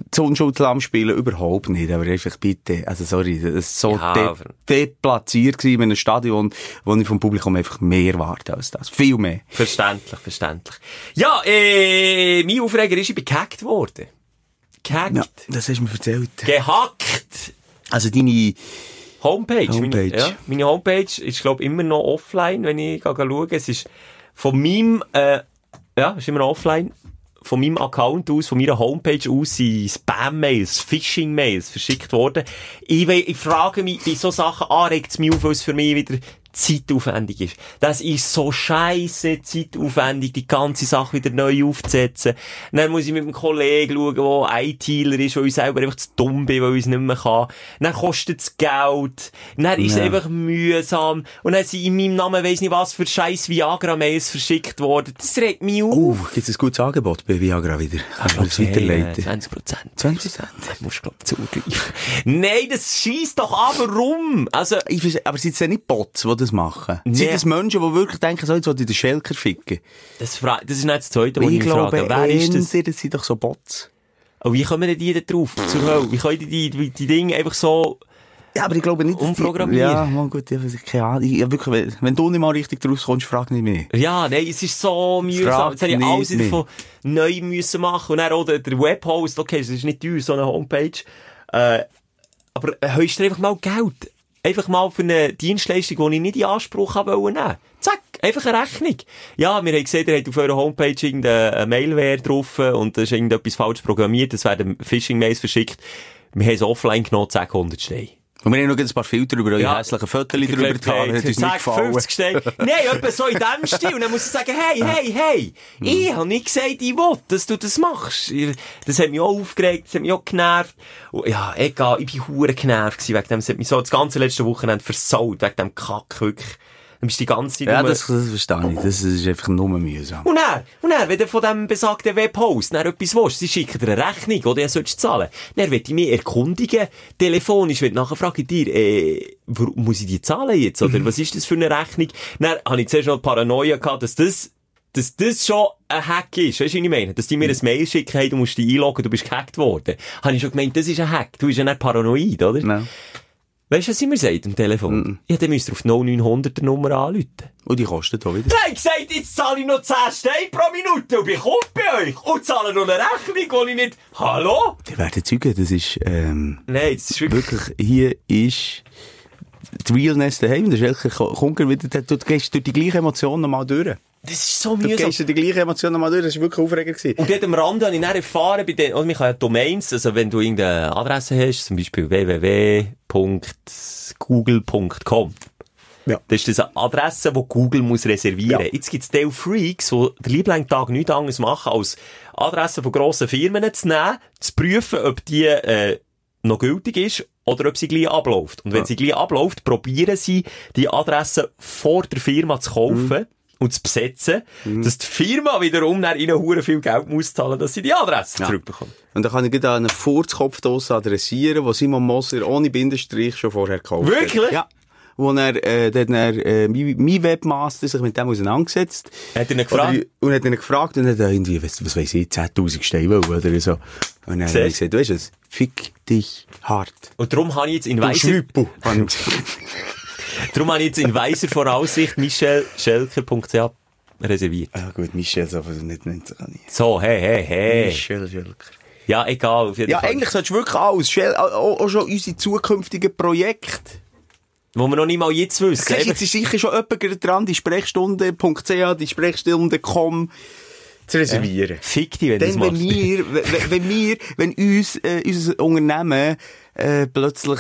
D: das Unschuldslamm spielen, überhaupt nicht, aber einfach bitte, also ah, sorry, das ist so
C: Ja,
D: de
C: aber-
D: deplatziert gewesen in einem Stadion, wo ich vom Publikum einfach mehr warte als das, viel mehr.
C: Verständlich, verständlich. Ja, äh, mein Aufreger ist, ich bin gehackt worden. Gehackt.
D: Ja, das hast du mir erzählt.
C: Gehackt!
D: Also deine,
C: Homepage. Meine,
D: Homepage.
C: ja, meine Homepage ist, glaube ich, immer noch offline, wenn ich ga- ga schaue. Es ist von meinem, äh, ja, ist immer noch offline. Von meinem Account aus, von meiner Homepage aus sind Spam-Mails, Phishing-Mails verschickt worden. Ich, we- ich frage mich, bei so Sachen anregt es mich auf, weil es für mich wieder zeitaufwendig ist. Das ist so scheiße zeitaufwendig, die ganze Sache wieder neu aufzusetzen. Dann muss ich mit einem Kollegen schauen, der ITler ist, weil ich selber einfach zu dumm bin, weil ich es nicht mehr kann. Dann kostet es Geld. Dann ist
D: Ja.
C: es einfach mühsam. Und dann sind in meinem Namen weiss nicht was für scheiß Viagra-Mails verschickt worden. Das regt mich auf.
D: uh, gibt's ein gutes Angebot bei Viagra wieder? Kannst du mir das
C: Okay,
D: weiterleiten?
C: äh, 20 Prozent.
D: 20%.
C: Das musst du, glaub, zugreifen. Nein, das schießt doch aber rum. Also,
D: Ich verstehe, aber sind es ja nicht Bots, die das machen?
C: Nee.
D: Sind es Menschen, die wirklich denken, so, jetzt will ich den Schelker ficken?
C: das, fra das ist nicht das Zweite, was ich, mich frage. Wer
D: eher,
C: ist das?
D: das sind doch so Bots.
C: Und wie kommen denn die da drauf? Zur Hölle? Wie können die, die, die Dinge einfach so...
D: Ja, aber ich glaube nicht, dass die-
C: Umprogrammieren.
D: Ja, man, gut, ich habe keine Ahnung. Ich, ja, wirklich, wenn- wenn du nicht mal richtig draus kommst, frag nicht mehr.
C: Ja, nein, es ist so mühsam.
D: Frag
C: Jetzt habe ich
D: nicht
C: alles wieder
D: mich.
C: von neu müssen machen. Und dann auch der, der Webhost, okay, das ist nicht teuer, so eine Homepage. Äh, aber hörst du einfach mal Geld? Einfach mal für eine Dienstleistung, die ich nicht in Anspruch habe wollen nehmen. Zack, einfach eine Rechnung. Ja, wir haben gesehen, ihr habt auf eurer Homepage irgendeine äh, Mailware drauf und da ist irgendetwas falsch programmiert, es werden Phishing-Mails verschickt. Wir haben es offline genommen, 200 Steine.
D: Und wir haben noch jetzt ein paar Filter über eure
C: Ja.
D: hässlichen Fotos drüber getan.
C: Hey,
D: Hat uns nicht
C: sag
D: gefallen.
C: 50 Steine. Nein, etwa so in dem Stil. Und dann muss ich sagen, hey, hey, hey, ich habe nicht gesagt, ich will, dass du das machst. Ihr- Das hat mich auch aufgeregt, das hat mich auch genervt. Und Oh, ja, egal, ich bin hure genervt gewesen wegen dem. Das hat mich so das ganze letzte Wochenende versaut, wegen dem Kack, wirklich. Dann bist du die ganze Zeit
D: Ja,
C: nur-
D: das, das verstehe ich. Das ist einfach nur mühsam.
C: und er, und er, wenn du von dem besagten Webhost dann etwas willst, sie schicken dir eine Rechnung, oder er sollst zahlen. Dann werd ich mich erkundigen, telefonisch, wenn ich nachher frage dir, äh, warum muss ich die zahlen jetzt, oder was ist das für eine Rechnung? Dann habe ich zuerst noch die Paranoia gehabt, dass das, dass das schon ein Hack ist, weißt du, was ich meine? Dass die mir ein Mail schicken, hey, du musst dich einloggen, du bist gehackt worden. Habe ich schon gemeint, das ist ein Hack, du bist ja nicht paranoid, oder?
D: Nein.
C: Weißt du, was sie mir sagt am Telefon? Ja, dann müsst ihr auf die 0900er Nummer anrufen.
D: Und die kosten auch wieder.
C: Nein, gesagt, jetzt zahle ich noch 10 Steine pro Minute und bin Kunde bei euch und zahle noch eine Rechnung, die ich nicht... Hallo?
D: Die werden Zeugen, das ist, ähm,
C: Nein, das ist wirklich...
D: wirklich, hier ist die Realness daheim. Der Schelker kommt wieder, der- du gehst durch die gleiche Emotion nochmal durch.
C: Das ist so
D: Du
C: mühsam.
D: gehst durch die gleiche Emotion nochmal durch. Das war wirklich Aufreger. gewesen.
C: Und dort am Rand habe ich dann erfahren, bei den, also man kann ja Domains, also wenn du irgendeine Adresse hast, zum Beispiel www.google.com,
D: Ja.
C: das ist das eine Adresse, die Google muss reservieren
D: Ja.
C: Jetzt gibt es Teil Freaks, die den lieblangen Tag nichts anderes machen, als Adressen von grossen Firmen zu nehmen, zu prüfen, ob die äh, noch gültig ist oder ob sie gleich abläuft. Und wenn
D: Ja.
C: sie gleich abläuft, probieren sie, die Adresse vor der Firma zu kaufen.
D: Mhm.
C: Und zu besetzen, dass die Firma wiederum dann ihnen hure viel Geld muss zahlen, dass sie die Adresse
D: Ja.
C: zurückbekommt.
D: Und dann kann ich gleich an eine Furzkopfdose adressieren, die Simon Moser ohne Bindestrich schon vorher gekauft
C: Wirklich?
D: hat. Ja. Wo er, äh, dann hat er, äh, mein, mein Webmaster sich mit dem auseinandergesetzt.
C: Hat er ihn gefragt?
D: Oder, und hat ihn gefragt und hat er irgendwie, was, was weiss ich, 10.000 Steine wollen oder so. Und dann hat er
C: Siehst?
D: gesagt, du weißt was, fick dich hart.
C: Und darum habe ich jetzt in
D: Du
C: weiser,
D: Schwüppel. habe ich gesagt.
C: darum habe ich jetzt in weiser Voraussicht michelschelker.ch reserviert.
D: ja gut, Michel, so was nicht nennen kann ich.
C: So, hey, hey, hey.
D: Michel Schölker.
C: Ja, egal, auf jeden
D: Ja,
C: Fall.
D: eigentlich solltest du wirklich alles, Schel, auch, auch schon unsere zukünftigen Projekte.
C: Wo wir noch nicht mal jetzt wissen.
D: Siehst, du,
C: Eben.
D: jetzt ist sicher schon jemand gerade dran, die Sprechstunde.ch, die Sprechstunde.com zu reservieren.
C: Fick dich, wenn du das
D: Dann, wenn
C: machst.
D: wir, we- we- wenn wir, wenn uns, äh, unser Unternehmen, äh, plötzlich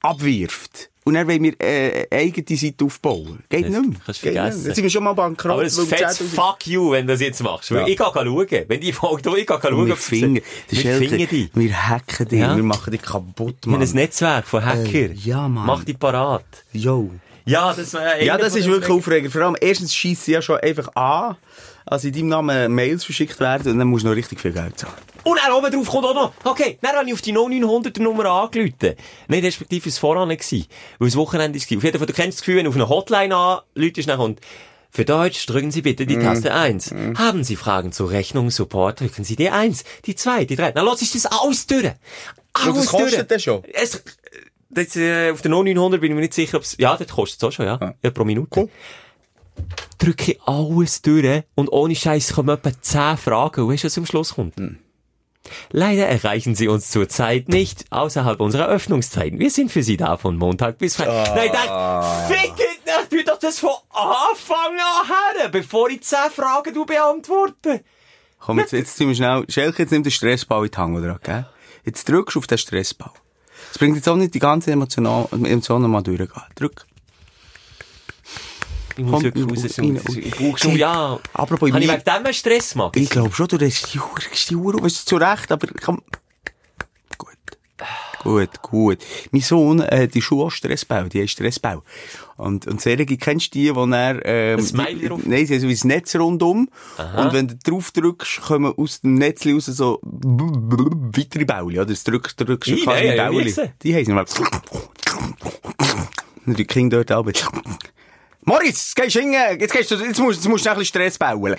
D: abwirft. Und dann wollen wir, äh, eigene Seite aufbauen. Geht
C: Das
D: nicht mehr.
C: kannst du
D: Geht
C: vergessen.
D: nicht mehr. Jetzt sind wir schon mal bankrott.
C: Aber es
D: weil wir
C: fettes
D: 10.000
C: Fuck you, wenn du das jetzt machst. Weil
D: Ja.
C: Ich gehe schauen. Wenn die Folge da, ich gehe schauen.
D: Wir
C: ob-
D: fingen,
C: wir fingen dich. Wir
D: Wir hacken dich.
C: Ja.
D: Wir machen dich kaputt,
C: haben
D: Mann.
C: ein Netzwerk von Hacker.
D: Äh, ja, Mann.
C: Mach dich parat.
D: Yo.
C: Ja, das war
D: Ja, das ist wirklich aufregend. Vor allem, erstens schießt sie ja schon einfach an. als in deinem Namen Mails verschickt werden und dann musst du noch richtig viel Geld zahlen.
C: Und dann oben drauf kommt auch noch, okay, dann habe ich auf die 0900er Nummer angerufen. Nein, respektive es voran gewesen. Weil das Wochenende war. Auf jeden Fall, du kennst das Gefühl, wenn du auf eine Hotline anrufst, dann kommt, für Deutsch drücken Sie bitte die
D: Mhm.
C: Taste 1. Haben Sie Fragen zur Rechnung, Support, drücken Sie die 1, die 2, die 3. Dann lass ich das alles durch.
D: Und
C: Alles
D: das kostet
C: durch.
D: das schon.
C: Es, das, äh, auf der 0900 bin ich mir nicht sicher, ob's, ja, das kostet's auch schon, ja. ja.
D: Ja.
C: pro Minute. Drücke ich alles durch und ohne Scheiß kommen etwa 10 Fragen. Und weißt du, was am Schluss kommt? Leider erreichen Sie uns zurzeit nicht außerhalb unserer Öffnungszeiten. Wir sind für Sie da von Montag bis
D: Ah.
C: Freitag. Nein, dann, fick it, dann tu doch das von Anfang an her, bevor ich 10 Fragen du beantworte.
D: Komm, jetzt, jetzt ziehen wir schnell. Schelke, jetzt nimm den Stressball in die Hand, oder? Gell? Jetzt drückst du auf den Stressball. Es bringt jetzt auch nicht die ganze Emotional, Emotionen mal durchgehen. Drück.
C: Ich
D: Komm,
C: muss wirklich
D: in-
C: raus. Ich,
D: in-
C: ich, ich brauche schon, ja.
D: Apropos,
C: Habe ich
D: mir-
C: wegen dem einen Stress gemacht?
D: Ich glaube schon, du redest die Hure- die Uhr, weißt du, zu Recht, aber komm. Gut. Gut, gut. Mein Sohn, äh, die Schuhe auch Stressbau, die haben Stressbau. Und, und solche, kennst du die, wo er, ähm,
C: Ein Smiley drauf?
D: Nein, sie haben so wie ein Netz rundum. Und wenn du drauf drückst, kommen aus dem Netz raus so weitere Bäuli, oder? Das drückst, drückst du
C: Ih,
D: quasi
C: nein, hab ich nie
D: Bäuli.
C: gesehen.
D: Die heißen mal. Und die Kinder dort arbeit. Moritz, gehst du hin, jetzt gehst du, jetzt musst, jetzt musst du noch ein bisschen Stress bauen.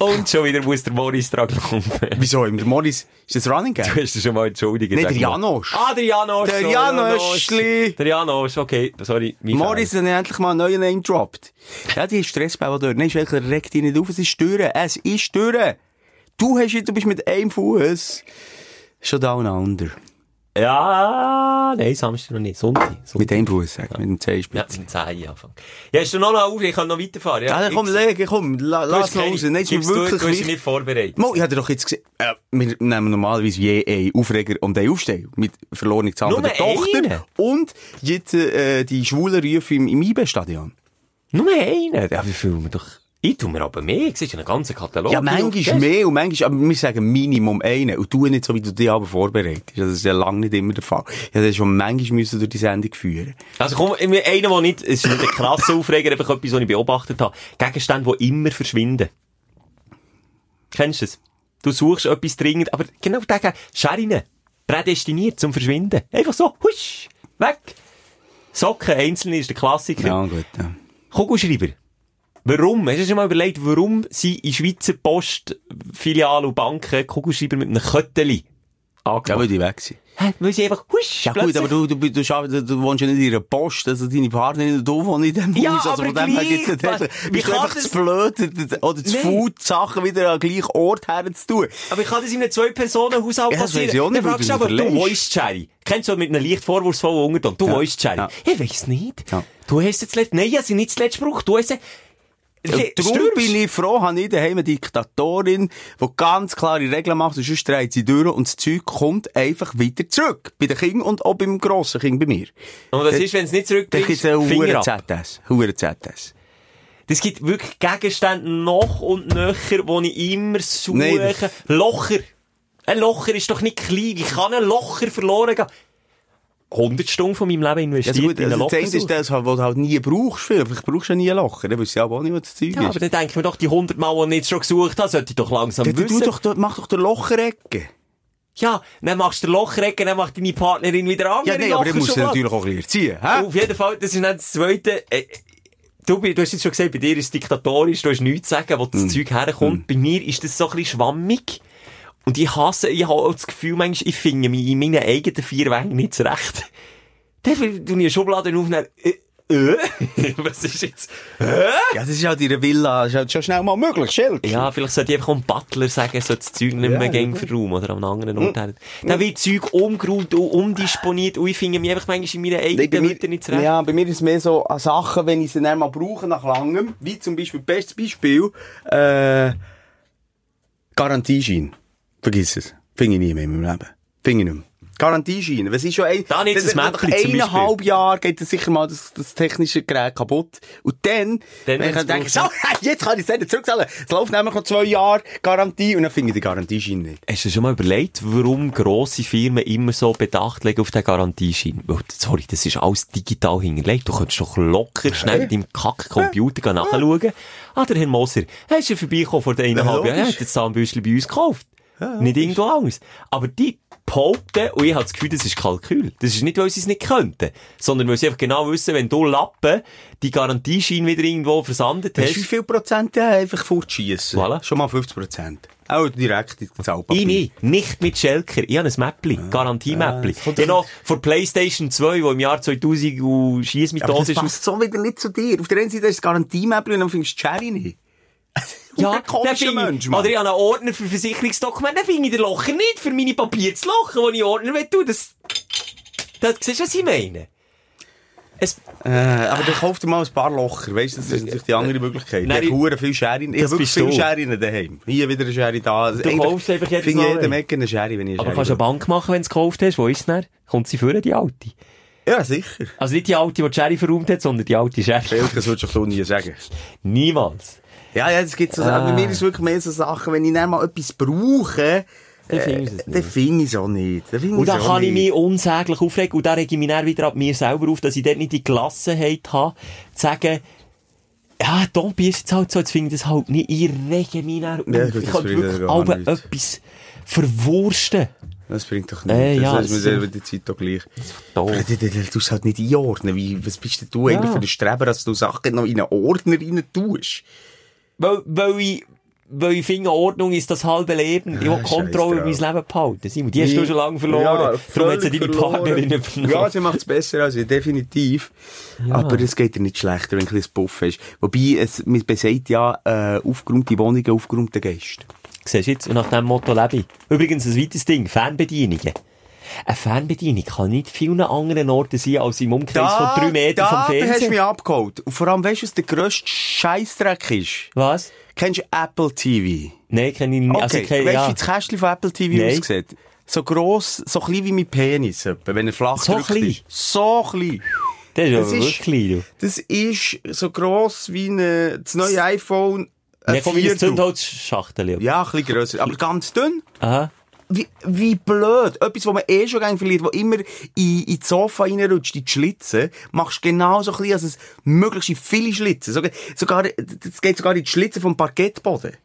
C: Und schon wieder muss der Boris dran kommen.
D: Wieso? Im Morris ist das Running Game?
C: Du hast es schon mal entschuldigt.
D: Nein, der
C: sag mal.
D: Janosch.
C: Ah, der Janosch.
D: Der
C: sorry,
D: Janoschli.
C: Der Janosch, okay. Sorry, mein
D: Morris hat endlich mal einen neuen Name dropped. Ja, die ist Stressbauer dort. Nein, Schelker, reg dich nicht auf, es ist stören. Es ist stören. Du hast, du bist mit einem Fuß schon down under.
C: Fehler. Ja, nein, Samstag noch nicht. Sonntag. Sonntag.
D: Mit einem Fuß, sag, mit dem
C: Ja,
D: Zehenspitz.
C: mit 10 Anfang. Ja, hast du noch auf? Ich kann noch weiterfahren. Ja,
D: Ja, dann komm,
C: ich-
D: leg, komm, la,
C: Du hast
D: lass noch
C: keine-
D: raus. Nein, ist mir
C: Gib's zu,
D: wirklich
C: Du hast dich
D: wichtig.
C: nicht vorbereitet.
D: Mo, ich hatte doch jetzt gesehen, äh, wir nehmen normalerweise je einen Aufreger und einen Aufsteher mit verlorenen Zahlen
C: Nur
D: der Tochter
C: einen?
D: und jetzt äh, die schwulen Rufe im, im IB-Stadion.
C: Nur einen. Ja, wie viel wir doch... Ich tu mir aber mehr. Siehst du, einen ganzen Katalog.
D: Ja, manchmal mehr und manchmal, aber wir sagen Minimum einen. Und du nicht so, wie du dich aber vorbereitest. Also, Das ist ja lange nicht immer der Fall. Ja, das ist schon manchmal müssen durch die Sendung führen.
C: Also komm, einer, der nicht, es ist nicht ein krasser Aufreger, einfach etwas, was ich beobachtet habe. Gegenstände, die immer verschwinden. Kennst du es? Du suchst etwas dringend, aber genau dagegen, Scherinen, prädestiniert zum Verschwinden. Einfach so, husch, weg. Socken, einzelne ist der Klassiker.
D: Ja, gut. Ja.
C: Kugelschreiber. Warum? Hast du dir schon mal überlegt, warum sind in Schweizer Post Filialen und Banken Kugelschreiber mit einem Kötteli
D: Ja,
C: angemacht?
D: weil die weg sind.
C: Ja, weil sie einfach, husch,
D: Ja, gut,
C: plötzlich-
D: aber du, du, du, du, schaff- du, du wohnst ja nicht in einer Post, also deine Partnerin und du wohnen in diesem
C: Ja,
D: Haus. Also
C: aber gleich,
D: gibt's nicht
C: was-
D: einfach-
C: wie
D: bist du
C: kann
D: einfach
C: das-
D: zu blöd oder- oder zu
C: Nein.
D: faul, die Sachen wieder an den gleichen Ort herzutun.
C: Aber ich kann das in einem Zwei-Personen-Haushalt
D: Ja, das
C: passieren.
D: weiss ich auch nicht,
C: Dann
D: weil
C: fragst
D: du
C: du aber,
D: sie
C: du
D: verlässt.
C: weisst Jerry. Kennst du mit einem leicht vorwurfsvollen Unterton? Du
D: Ja,
C: weisst Jerry.
D: ja.
C: Ich weiss nicht.
D: Ja.
C: Du hast jetzt letzt, nein, ich habe sie nicht zuletzt gebraucht. Du hast sie,
D: Und darum
C: Stürmst.
D: bin ich froh, habe ich daheim eine Diktatorin, die ganz klare Regeln macht, und sonst dreht sie durch und das Zeug kommt einfach wieder zurück. Bei den Kindern und auch beim grossen Kind bei mir.
C: Und was ist, wenn es nicht
D: Da
C: zurückbringst?
D: gibt es einen
C: Finger
D: Huren
C: ab.
D: ZS. Huren ZS.
C: Das gibt wirklich Gegenstände noch und nöcher, wo ich immer suche.
D: Nein, das-
C: Locher. Ein Locher ist doch nicht klein. Wie kann ein Locher verloren gehen? 100 Stunden von meinem Leben investiert
D: Also gut,
C: in einen
D: also das eine
C: Lochersuche.
D: ist das, was du halt nie brauchst. Vielleicht brauchst du ja nie ein Locher. Dann weißt du ja auch nicht, was das Zeug
C: Ja, aber
D: ist.
C: dann denke ich mir doch, die 100 Mal, die ich jetzt schon gesucht habe, sollte ich doch langsam
D: Dann tu
C: wissen.
D: doch, dort- mach doch den Locherecke.
C: Ja, dann machst du den Lochrecken, dann macht deine Partnerin wieder andere
D: Ja, nein, aber
C: Locher
D: dann musst du
C: schon mal.
D: natürlich auch ein bisschen erziehen. hä?
C: Auf jeden Fall, das ist dann das Zweite. Äh, du, bi- du hast jetzt schon gesagt, bei dir ist es diktatorisch, du hast nichts zu sagen, wo
D: Hm.
C: das Zeug herkommt. Bei mir ist das so ein bisschen schwammig. Und ich hasse, ich habe auch das Gefühl, manchmal, ich finde mich in meinen eigenen vier Wänden nicht zurecht. Dann tue ich eine Schublade auf und dann, äh, äh, was ist jetzt?
D: Ja, das ist halt in einer Villa, das ist halt schon schnell mal möglich. Schild.
C: Ja, vielleicht sollte ich einfach um Butler sagen, so das Zeug nicht mehr
D: Ja, Hm.
C: gegen Raum oder an einem anderen Ort her. Dann wird Zeug umgeräumt und umdisponiert und ich finde mich einfach manchmal in meiner
D: Nein, bei
C: eigenen Leute nicht zurecht.
D: Ja, bei mir ist es mehr so an Sachen, wenn ich sie dann mal brauche nach langem, wie zum Beispiel, bestes Beispiel, äh, Garantieschein. Vergiss es. Finde ich nie mehr in meinem Leben. Finde ich nicht mehr. Garantieschein. Was ist schon ein,
C: Dann jetzt ein
D: nach
C: Mäppli zum Beispiel.
D: eineinhalb Jahren geht das sicher mal das, das technische Gerät kaputt. Und dann,
C: Dann,
D: wenn ich
C: wenn's
D: dann denke,
C: braucht,
D: so, jetzt kann ich es nicht zurückzahlen. Es läuft nämlich noch zwei Jahre Garantie und dann finde ich den Garantieschein nicht.
C: Hast du dir schon mal überlegt, warum grosse Firmen immer so Bedacht legen auf den Garantieschein? Weil, Sorry, das ist alles digital hinterlegt. Du könntest doch locker schnell mit deinem Kack-Computer gehen nachschauen. Ah, der Herr Moser, hast du vorbeikommen vor den eineinhalb Jahren? Er
D: logisch.
C: hat das Zahnbürstchen bei uns gekauft. nicht irgendwo anders. Aber die behaupten, und ich habe das Gefühl, das ist Kalkül. Das ist nicht, weil sie es nicht könnten, sondern weil sie einfach genau wissen, wenn du Lappen die Garantieschein wieder irgendwo versandet
D: Weißt du, wie
C: hast.
D: viel Prozent der einfach fortschießen?
C: Voilà.
D: Schon mal 50 Prozent. Auch direkt in das Zahlpapier.
C: Ich nicht. Nicht mit Schelker. Ich habe ein Mäppli. Garantie-Mäppli.
D: Ah, das kommt
C: Ja,
D: doch-
C: noch von PlayStation 2, wo im Jahr 2000 und Schiess mit
D: Aber das
C: Dosis aus.
D: passt so wieder nicht zu dir. Auf der einen Seite ist das Garantiemäppli und dann findest du die Cherry nicht.
C: Ja,
D: ein komischer
C: dann finde ich-
D: Mensch, Mann.
C: Oder ich habe einen Ordner für Versicherungsdokumente. Dann finde ich den Locher nicht für meine Papiere zu lochen, wo ich Ordner will tun. Das, das, siehst du, was ich meine? Es,
D: Äh, aber dann kauft dir mal ein paar Locher. Weißt du, das ist natürlich die andere Möglichkeit.
C: Nein,
D: ich
C: ich-
D: habe verdammt viel Sherry. Ich
C: Das
D: habe wirklich
C: bist du.
D: viel Sherry daheim. Hier wieder eine Sherry da. Du
C: kaufst einfach jedes
D: Finde
C: Mal
D: jeden
C: eine.
D: Mecke eine Sherry, wenn ich eine
C: aber
D: Sherry
C: kannst du eine
D: will.
C: Bank machen, wenn du es gekauft hast? Wo ist es denn? Kommt sie vor, die alte?
D: Ja, sicher.
C: Also nicht die alte, die die Sherry verräumt hat, sondern die alte Sherry.
D: Welches würdest du nie sagen?
C: Niemals.
D: Ja, ja, das gibt's so Sachen. Bei mir ist wirklich mehr so Sachen, wenn ich dann mal etwas brauche,
C: Dann findest du es
D: dann
C: nicht.
D: finde ich es auch nicht. Dann finde
C: Und da
D: ich's auch
C: kann ich
D: nicht.
C: mich unsäglich aufregen und da rege ich mich dann wieder ab mir selber auf, dass ich dort nicht die Gelassenheit habe, zu sagen, ja, Tompi ist jetzt halt so, jetzt finde ich das halt nicht, ich rege mich dann auf.
D: Ja, gut,
C: ich
D: das
C: kann
D: bringt
C: wirklich
D: ja gar
C: aber
D: nichts.
C: etwas verwursten.
D: Das bringt doch nichts.
C: Äh,
D: Äh,
C: ja,
D: ja, das
C: das
D: ist mir selber die Zeit doch gleich.
C: doof.
D: Aber Du, du, du tust halt nicht einordnen. Wie, was bist denn du
C: Ja.
D: eigentlich für ein Streber, dass du Sachen noch in einen Ordner rein tust?
C: Weil, weil ich, weil ich finde, Ordnung ist das halbe Leben. Ich will
D: Ah,
C: Kontrolle über mein
D: scheiss
C: Leben behalten. Simon, die hast du schon lange verloren. Darum hat sie deine
D: völlig
C: Partnerin
D: verloren.
C: übernommen.
D: Ja, sie macht es besser als ich, definitiv. Aber es geht dir nicht schlechter, wenn ein bisschen Puff ist. Wobei, es, man besagt ja, äh, aufgeräumte Wohnungen, aufgeräumte Geist.
C: Siehst du jetzt? Und nach dem Motto lebe ich. Übrigens, ein weiteres Ding, Fernbedienungen. Eine Fernbedienung kann nicht vielen anderen Orten sein als im Umkreis von drei Metern
D: da
C: vom
D: hast du
C: Fernsehen.
D: mich abgeholt. Und vor allem, weißt du, was der grösste Scheißdreck ist?
C: Was?
D: Kennst du Apple TV?
C: Nein, kenne ich nicht.
D: Okay,
C: Also, ich kenn,
D: weißt du,
C: ja.
D: wie das Kästchen von Apple TV
C: Nein.
D: aussieht? So gross, so klein wie mein Penis, etwa, wenn er flach
C: So
D: gedrückt
C: klein?
D: ist. So klein.
C: Das ist aber
D: das ist-
C: wirklich klein, du.
D: Das ist so gross wie ein, das neue iPhone. ein
C: Nicht von meiner
D: Viertel.
C: Zündholzschachtel.
D: Ja, ein bisschen grösser, aber ganz dünn.
C: Aha.
D: Wie, wie blöd. Etwas, was man eh schon gerne verliert, wo immer in, in das Sofa reinrutscht, in die Schlitze, machst du genau so klein, also es möglichst viele Schlitze. Sogar, sogar, das geht sogar in die Schlitze vom Parkettboden.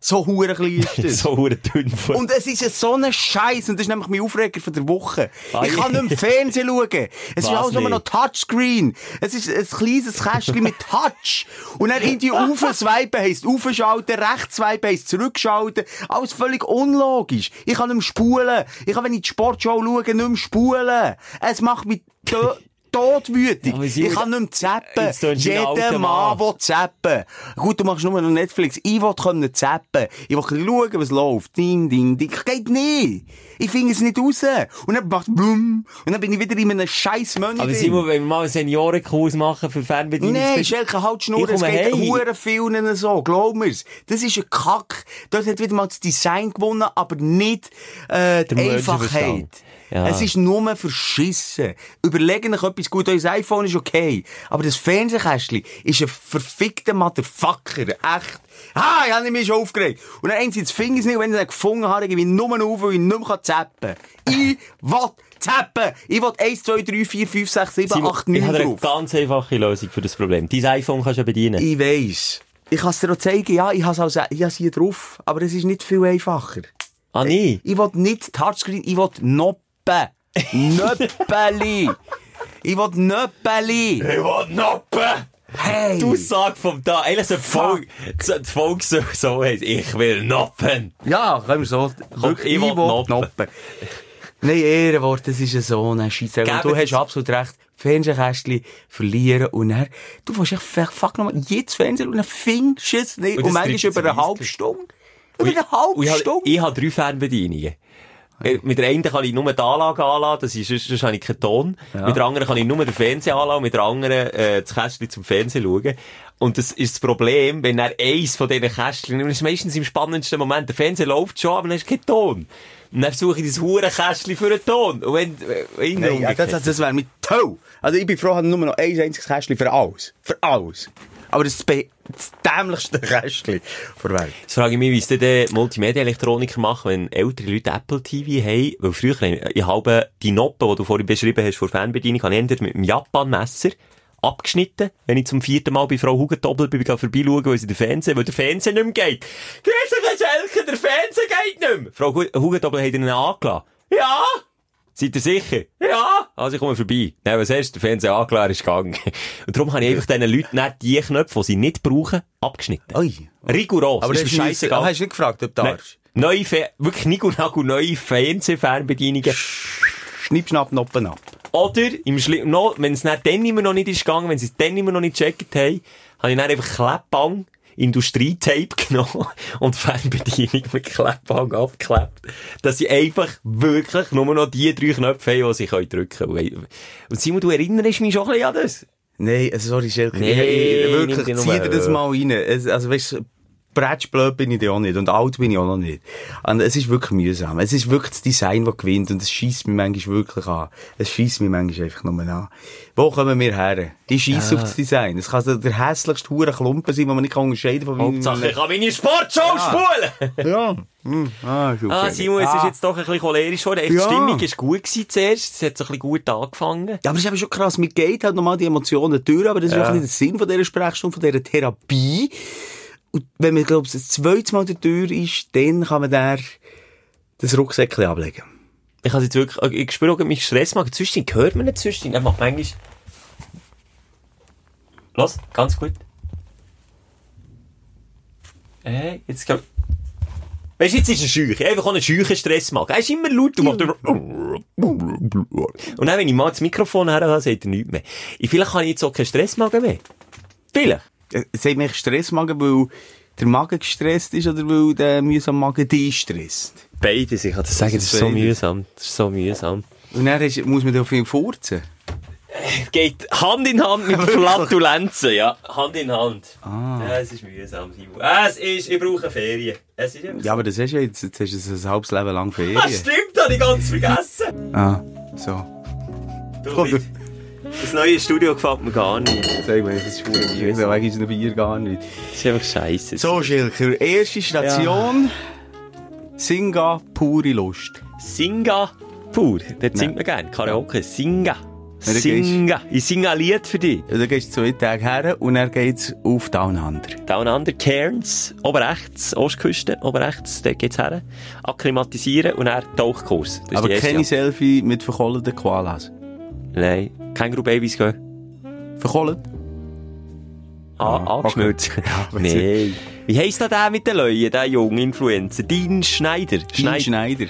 D: So hure klein ist das.
C: So hure dünn von.
D: Und es ist ja so ein Scheiß und das ist nämlich mein Aufreger von der Woche.
C: Ah,
D: ich kann
C: ja.
D: nicht mehr Fernsehen schauen. Es ist
C: Was
D: alles nur
C: nicht?
D: noch Touchscreen. Es ist ein kleines Kästchen mit Touch. Und dann irgendwie aufswipen heisst aufschalten, rechts swipen heisst zurückschalten. Alles völlig unlogisch. Ich kann nicht mehr spulen. Ich kann, wenn ich die Sportschau schaue, nicht mehr spulen. Es macht mich to todwütig.
C: Aber Sie-
D: ich kann nicht mehr zappen.
C: Jetzt tönst du wie ein alter
D: Jeder
C: Mann.
D: Mann will zappen. Gut, du machst nur noch Netflix. Ich will können zappen. Ich will ein bisschen schauen, was läuft. Ding, ding, ding. Geht nicht. Ich finde es nicht raus. Und dann macht blum. Und dann bin ich wieder in einem scheiß Mönch.
C: aber Simon, wenn wir mal einen Seniorenkurs machen für Fernbedienung.
D: Nein, Schelke, halt die Schnur,
C: Ich
D: es
C: komme
D: geht
C: heim.
D: huere vielen so, glaub mir's. Das ist ein Kack. Dort hat wieder mal das Design gewonnen, aber nicht äh, die Einfachheit.
C: Menschenverstand. Ja.
D: Es ist nur verschissen. Überlegen euch etwas gut, euer iPhone ist okay, aber das Fernsehkästchen ist ein verfickter Motherfucker, echt. Ah, ich habe mich schon aufgeregt. Und dann haben sie das Fingers nicht, wenn sie ihn gefunden haben, irgendwie nur auf, weil ich nicht mehr zappen kann. Ich will zappen! Ich will 1, 2, 3, 4, 5, 6, 7,
C: Simon,
D: 8,
C: ich
D: 9
C: habe eine
D: drauf.
C: ganz einfache Lösung für das Problem. Dein iPhone kannst du ja bedienen.
D: Ich weiss. Ich kann es dir auch zeigen, ja, ich habe es hier drauf, aber es ist nicht viel einfacher.
C: ah, nein.
D: Ich will nicht Touchscreen, ich will Noppen. Nöppeli. Ich will Nöppeli.
C: Ich will Noppen!
D: Hey.
C: Die Aussage vom Tag. Eigentlich sollte die Folge, so- die Folge so, so heisst, ich will Noppen.
D: Ja, können wir so.
C: Komm, ich will Noppen.
D: Nein, Ehrenwort, das ist ja so ein Scheisse. Und
C: Geben
D: du hast
C: Sie-
D: absolut recht. Fernsehkästchen verlieren und dann, du willst echt, fuck fuck nochmal, jedes Fernsehen und dann findest du es nicht.
C: Und
D: Und,
C: das
D: manchmal
C: trifft
D: über eine
C: so
D: halbe
C: weisslich.
D: Stunde. Über eine halbe
C: ich,
D: Stunde.
C: ich habe drei Fernbedienungen. Eh, Mit der einen kann ich nur die Anlage anlassen, das ist, sonst, sonst habe ich keinen Ton. Mit der anderen kann ich nur den Fernseher anlassen, mit der anderen äh, das Kästchen zum Fernsehen schauen. Und das ist das Problem, wenn er eins von diesen Kästchen, das ist meistens im spannendsten Moment, der Fernseher läuft schon, aber dann ist kein Ton. Und dann suche ich dieses hure Kästchen für einen Ton. Und wenn, äh,
D: Nee, ja,
C: umgekehrt.
D: das, das, das wäre mit toll. Also ich bin froh, ich habe nur noch ein einziges Kästchen für alles. Für alles. Aber das, be- das dämlichste Kästchen der Welt.
C: Jetzt frage ich mich, wie es denn die Multimedia-Elektroniker machen, wenn ältere Leute Apple TV haben. Weil früher, habe ich- ich habe die Noppen, die du vorhin beschrieben hast, vor Fernbedienung, habe ich entweder mit dem Japan-Messer abgeschnitten, wenn ich zum vierten Mal bei Frau Hugentoppel bin, bin ich vorbeischauen, weil sie den Fernseher, weil der Fernseher nicht mehr geht. Grüß euch, Schelke, der Fernseher geht nicht mehr! Frau Hu- Hugentoppel hat ihn angelassen. Ja! Seid ihr sicher? Ja! Also ich komme vorbei. Nein, was hast du? Der Fernseher angelassen ist gegangen. Und darum habe ich einfach diesen Leuten nicht die Knöpfe, die sie nicht brauchen, abgeschnitten.
D: Ui.
C: Rigoros.
D: Aber
C: ist
D: das
C: mir
D: ist scheiße.
C: scheissegal.
D: Hast du nicht gefragt, ob du
C: Nein.
D: darfst?
C: Neue, Fe wirklich Nigunagel, neue Fernsehfernbedienungen.
D: Schnipp, schnapp, noppen ab.
C: Oder, im Schli no, wenn es dann dann immer noch nicht ist gegangen, wenn sie es dann immer noch nicht gecheckt haben, habe ich dann einfach Kleppbang, Industrietape genommen und die Fernbedienung mit Kleppbang abgeklebt. Dass sie einfach wirklich nur noch die drei Knöpfe haben, die sie können drücken können. Und Simon, du erinnerst mich schon ein bisschen an das?
D: Nein, also sorry, Schelke.
C: Nee,
D: Ich- ich-
C: nimm
D: wirklich,
C: die
D: zieh dir
C: Nummer.
D: das mal rein. Es- Also weißt du, Brettschblöd bin ich da auch nicht und alt bin ich auch noch nicht. Und es ist wirklich mühsam. Es ist wirklich das Design, das gewinnt und es schießt mich manchmal wirklich an. Es schießt mich manchmal einfach nur an. Wo kommen wir her? Ich schieße auf das Design. Es kann so der hässlichste hure Klumpen sein, den man nicht kann unterscheiden kann.
C: Hauptsache, ich kann meine Sportshow spulen!
D: Ja. Hm. Ah, ist okay.
C: Ah, Simon, es ist jetzt doch ein bisschen cholerisch geworden. Echt,
D: Ja.
C: Die Stimmung war gut gewesen zuerst. Es hat so ein bisschen gut angefangen.
D: Ja, dus aber es ist eben schon krass. Mir geht halt normal die Emotionen durch, aber das ist auch nicht der Sinn von dieser Sprechstunde, von dieser Therapie. Und wenn man, glaube ich, das zweite Mal durch ist, dann kann man da das Rucksäckchen ablegen.
C: Ich habe jetzt wirklich, äh, ich spüre auch, mich Stress macht. Zwischen hört man nicht zwischen. Er macht manchmal. Los, ganz gut. Äh, jetzt glaub Weißt du, jetzt ist er schüch. Einfach auch einen scheuchen Stress machen. Er ist immer laut und macht immer. Und dann, wenn ich mal das Mikrofon her habe, sagt er nichts mehr. Ich, vielleicht kann ich jetzt auch keinen Stress machen mehr. Vielleicht.
D: Äh, Es hat mich Stress machen, weil der Magen gestresst ist oder weil der mühsam Magen dich stresst.
C: Beides, ich kann das sagen, das ist so
D: beides.
C: mühsam. Das ist so mühsam.
D: Und dann ist, muss man da viel furzen.
C: geht Hand in Hand mit Flatulenzen, ja. Hand in Hand.
D: Ah.
C: Ja, es ist mühsam, Simon. Es ist, ich brauche Ferien. Es ist
D: Ja, aber das hast du ja jetzt, jetzt hast du das ein halbes Leben lang Ferien.
C: Ah, stimmt, habe ich ganz vergessen.
D: Ah, so.
C: Du, mit, das neue Studio gefällt mir gar nicht.
D: Sag mal, das ist verdammt mühsam. Eigentlich ist ein Bier gar nicht.
C: Das ist einfach scheiße.
D: So, Schilker, erste Station. Singa, pure Lust.
C: Singapur, dort singt man gerne. Karaoke,
D: Ja,
C: Singa.
D: da
C: Singa. Ich singe ein Lied für dich.
D: Dann gehst du zwei Tage her und dann geht's auf Downhander.
C: Down under Cairns, oben rechts, Ostküste, oben rechts, dort geht's her. Akklimatisieren und dann Tauchkurs. Das ist
D: Aber
C: die erste
D: keine Selfie mit verkohlten Koalas.
C: Nein, Känguru-Babys gehen.
D: Verkohlt?
C: Ah, angeschmilzt. Nein. Wie heisst denn der mit den Leuen, der junge Influencer? Dean Schneider.
D: Schneider. Schneider.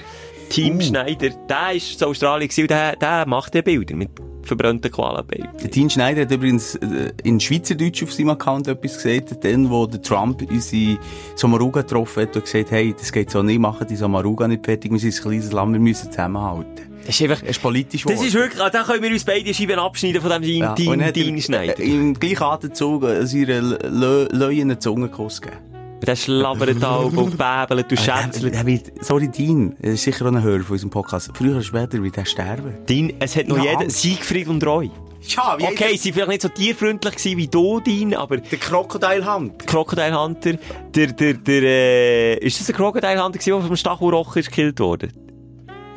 C: Team
D: Uh.
C: Schneider. Der ist in Australien gewesen und der, der macht ja Bilder mit verbrannten Koala-Babys.
D: Der Dean Schneider hat übrigens äh, in Schweizerdeutsch auf seinem Account etwas gesagt, dann, wo der Trump unsere Samaruga getroffen hat und gesagt hey, das geht so nicht, machen die Samaruga nicht fertig, wir sind ein kleines Land, wir müssen zusammenhalten.
C: Das ist einfach...
D: Er ist politisch
C: Das
D: geworden.
C: ist wirklich... ah, Da können wir uns beide Scheiben abschneiden von dem Dean,
D: Ja, und
C: Dean,
D: dann hat er,
C: Dean Schneider.
D: äh, Im gleichen Atemzug äh, seiner Lö- leuenen Zunge Kuss gegeben.
C: Der schlabbert da oben und bäbelt
D: Ah,
C: und schätzelt.
D: Der wird, sorry, Dean, er ist sicher auch ein Hörer von unserem Podcast. Früher oder später wird er sterben.
C: Dean, es hat noch
D: Ja.
C: jeder... Siegfried und Roy.
D: Ja,
C: Okay, sie sind vielleicht nicht so tierfreundlich gewesen wie du, Dean, aber...
D: der Krokodilhand.
C: Crocodile Hunter, der, der, der, äh, ist das ein Crocodile Hunter gewesen, der vom Stachelrochen ist gekillt worden?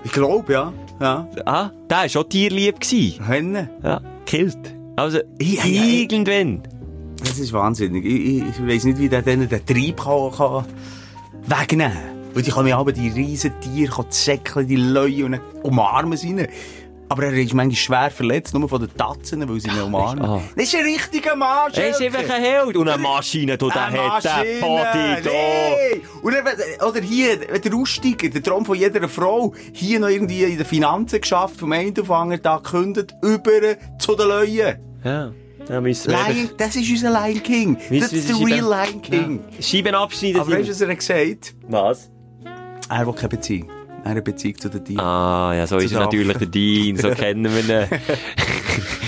D: Ich glaube, ja. Ja.
C: Ah, der ist auch tierlieb gewesen.
D: Henne.
C: Ja, gekillt. Also,
D: ja, ja.
C: irgendwann.
D: Das ist wahnsinnig. Ich, ich, ich weiss nicht, wie der denen den Trieb kann, kann wegnehmen kann. Weil die können ja aber die riesen Tiere kann zäckeln, die Leute und dann umarmen sie ihn. Aber er ist manchmal schwer verletzt, nur von den Tatzen, weil sie ihn umarmen.
C: ah.
D: Das ist ein richtiger Mann,
C: Er ist
D: Schelke.
C: einfach ein Held. Und eine Maschine, du, der
D: Eine
C: hat den
D: Maschine,
C: Body, da.
D: nee. Und dann, wenn- oder hier, der Aussteiger, der Traum von jeder Frau, hier noch irgendwie in den Finanzen geschafft, vom einen auf den anderen Tag gekündigt, über zu den Leuen.
C: Ja, da müssen wir
D: Lion,
C: einfach...
D: das ist unser Lion King.
C: Weißt
D: Das
C: du,
D: ist
C: wie
D: der
C: sie
D: real
C: dann-
D: Lion King.
C: Ja. Scheiben abschneiden.
D: Aber weißt du,
C: Simon.
D: was er gesagt hat?
C: was?
D: Er will keine Beziehung. eine Beziehung zu den Tieren.
C: Ah, ja, so ist es
D: Zusammen.
C: natürlich der Dean, so kennen wir ihn.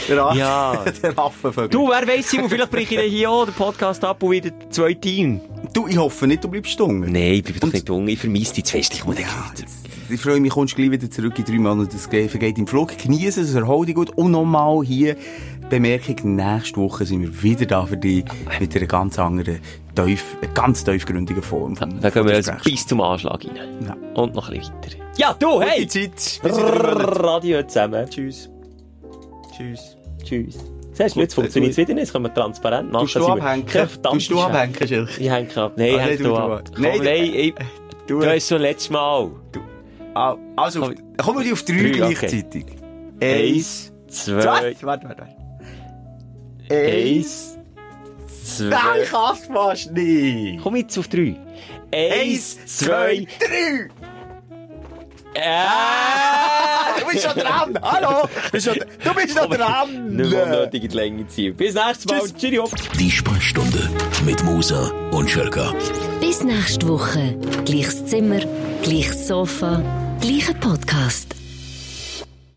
D: Der Raff-
C: ja.
D: der Affenvögel.
C: Du, wer weiss, Simon, vielleicht breche ich dann hier auch den Podcast ab und wieder zwei Team.
D: du, ich hoffe nicht, du bleibst stumm.
C: Nein, ich bleib doch nicht jung, ich vermisse dich zu fest, ich muss
D: Ja, jetzt- ich freue mich, kommst gleich wieder zurück in drei Monaten. Das geht- vergeht im Flug. Genießen es, erhol dich gut. Und nochmal hier die Bemerkung, nächste Woche sind wir wieder da für dich mit einer ganz anderen, tief, ganz tiefgründigen Form. vom-
C: Da gehen
D: vom
C: wir jetzt
D: Gespräch.
C: bis zum Anschlag rein.
D: Ja.
C: Und noch ein bisschen weiter. Ja, du, hey!
D: Gute Zeit. Bis in drei Monaten.
C: Radio zusammen.
D: Tschüss. Tschüss.
C: Tschüss. Siehst du, jetzt
D: Gut,
C: funktioniert es
D: gut.
C: wieder nicht, jetzt können wir transparent machen.
D: Tust du
C: Simon.
D: abhängen?
C: Ja, verdammt,
D: Tust du
C: ist-
D: abhängen, Schilch?
C: Ich hänge ab. Nein,
D: Ah,
C: häng
D: nein, du,
C: du
D: du
C: ab.
D: ab.
C: Komm,
D: Nein,
C: nein,
D: du-
C: ich...
D: Du,
C: Du hast schon letztes Mal.
D: Ah, also, auf, kommen wir auf drei,
C: Drei, okay.
D: gleichzeitig.
C: Eins,
D: zwei.
C: zwei...
D: Warte, warte, warte.
C: Eins,
D: Nein,
C: zwei...
D: ich kann es fast nicht.
C: Komm jetzt auf drei. Eins, zwei...
D: drei.
C: Äh!
D: Du bist schon dran. Hallo. Bist schon, du bist schon dran.
C: Nicht mal nötig in die Länge ziehen. Bis nächstes Mal.
D: Tschüss.
C: Cheerio.
B: Die Sprechstunde mit Musa und Schelka.
A: Bis nächste Woche. Gleiches Zimmer, gleiches Sofa, gleicher Podcast.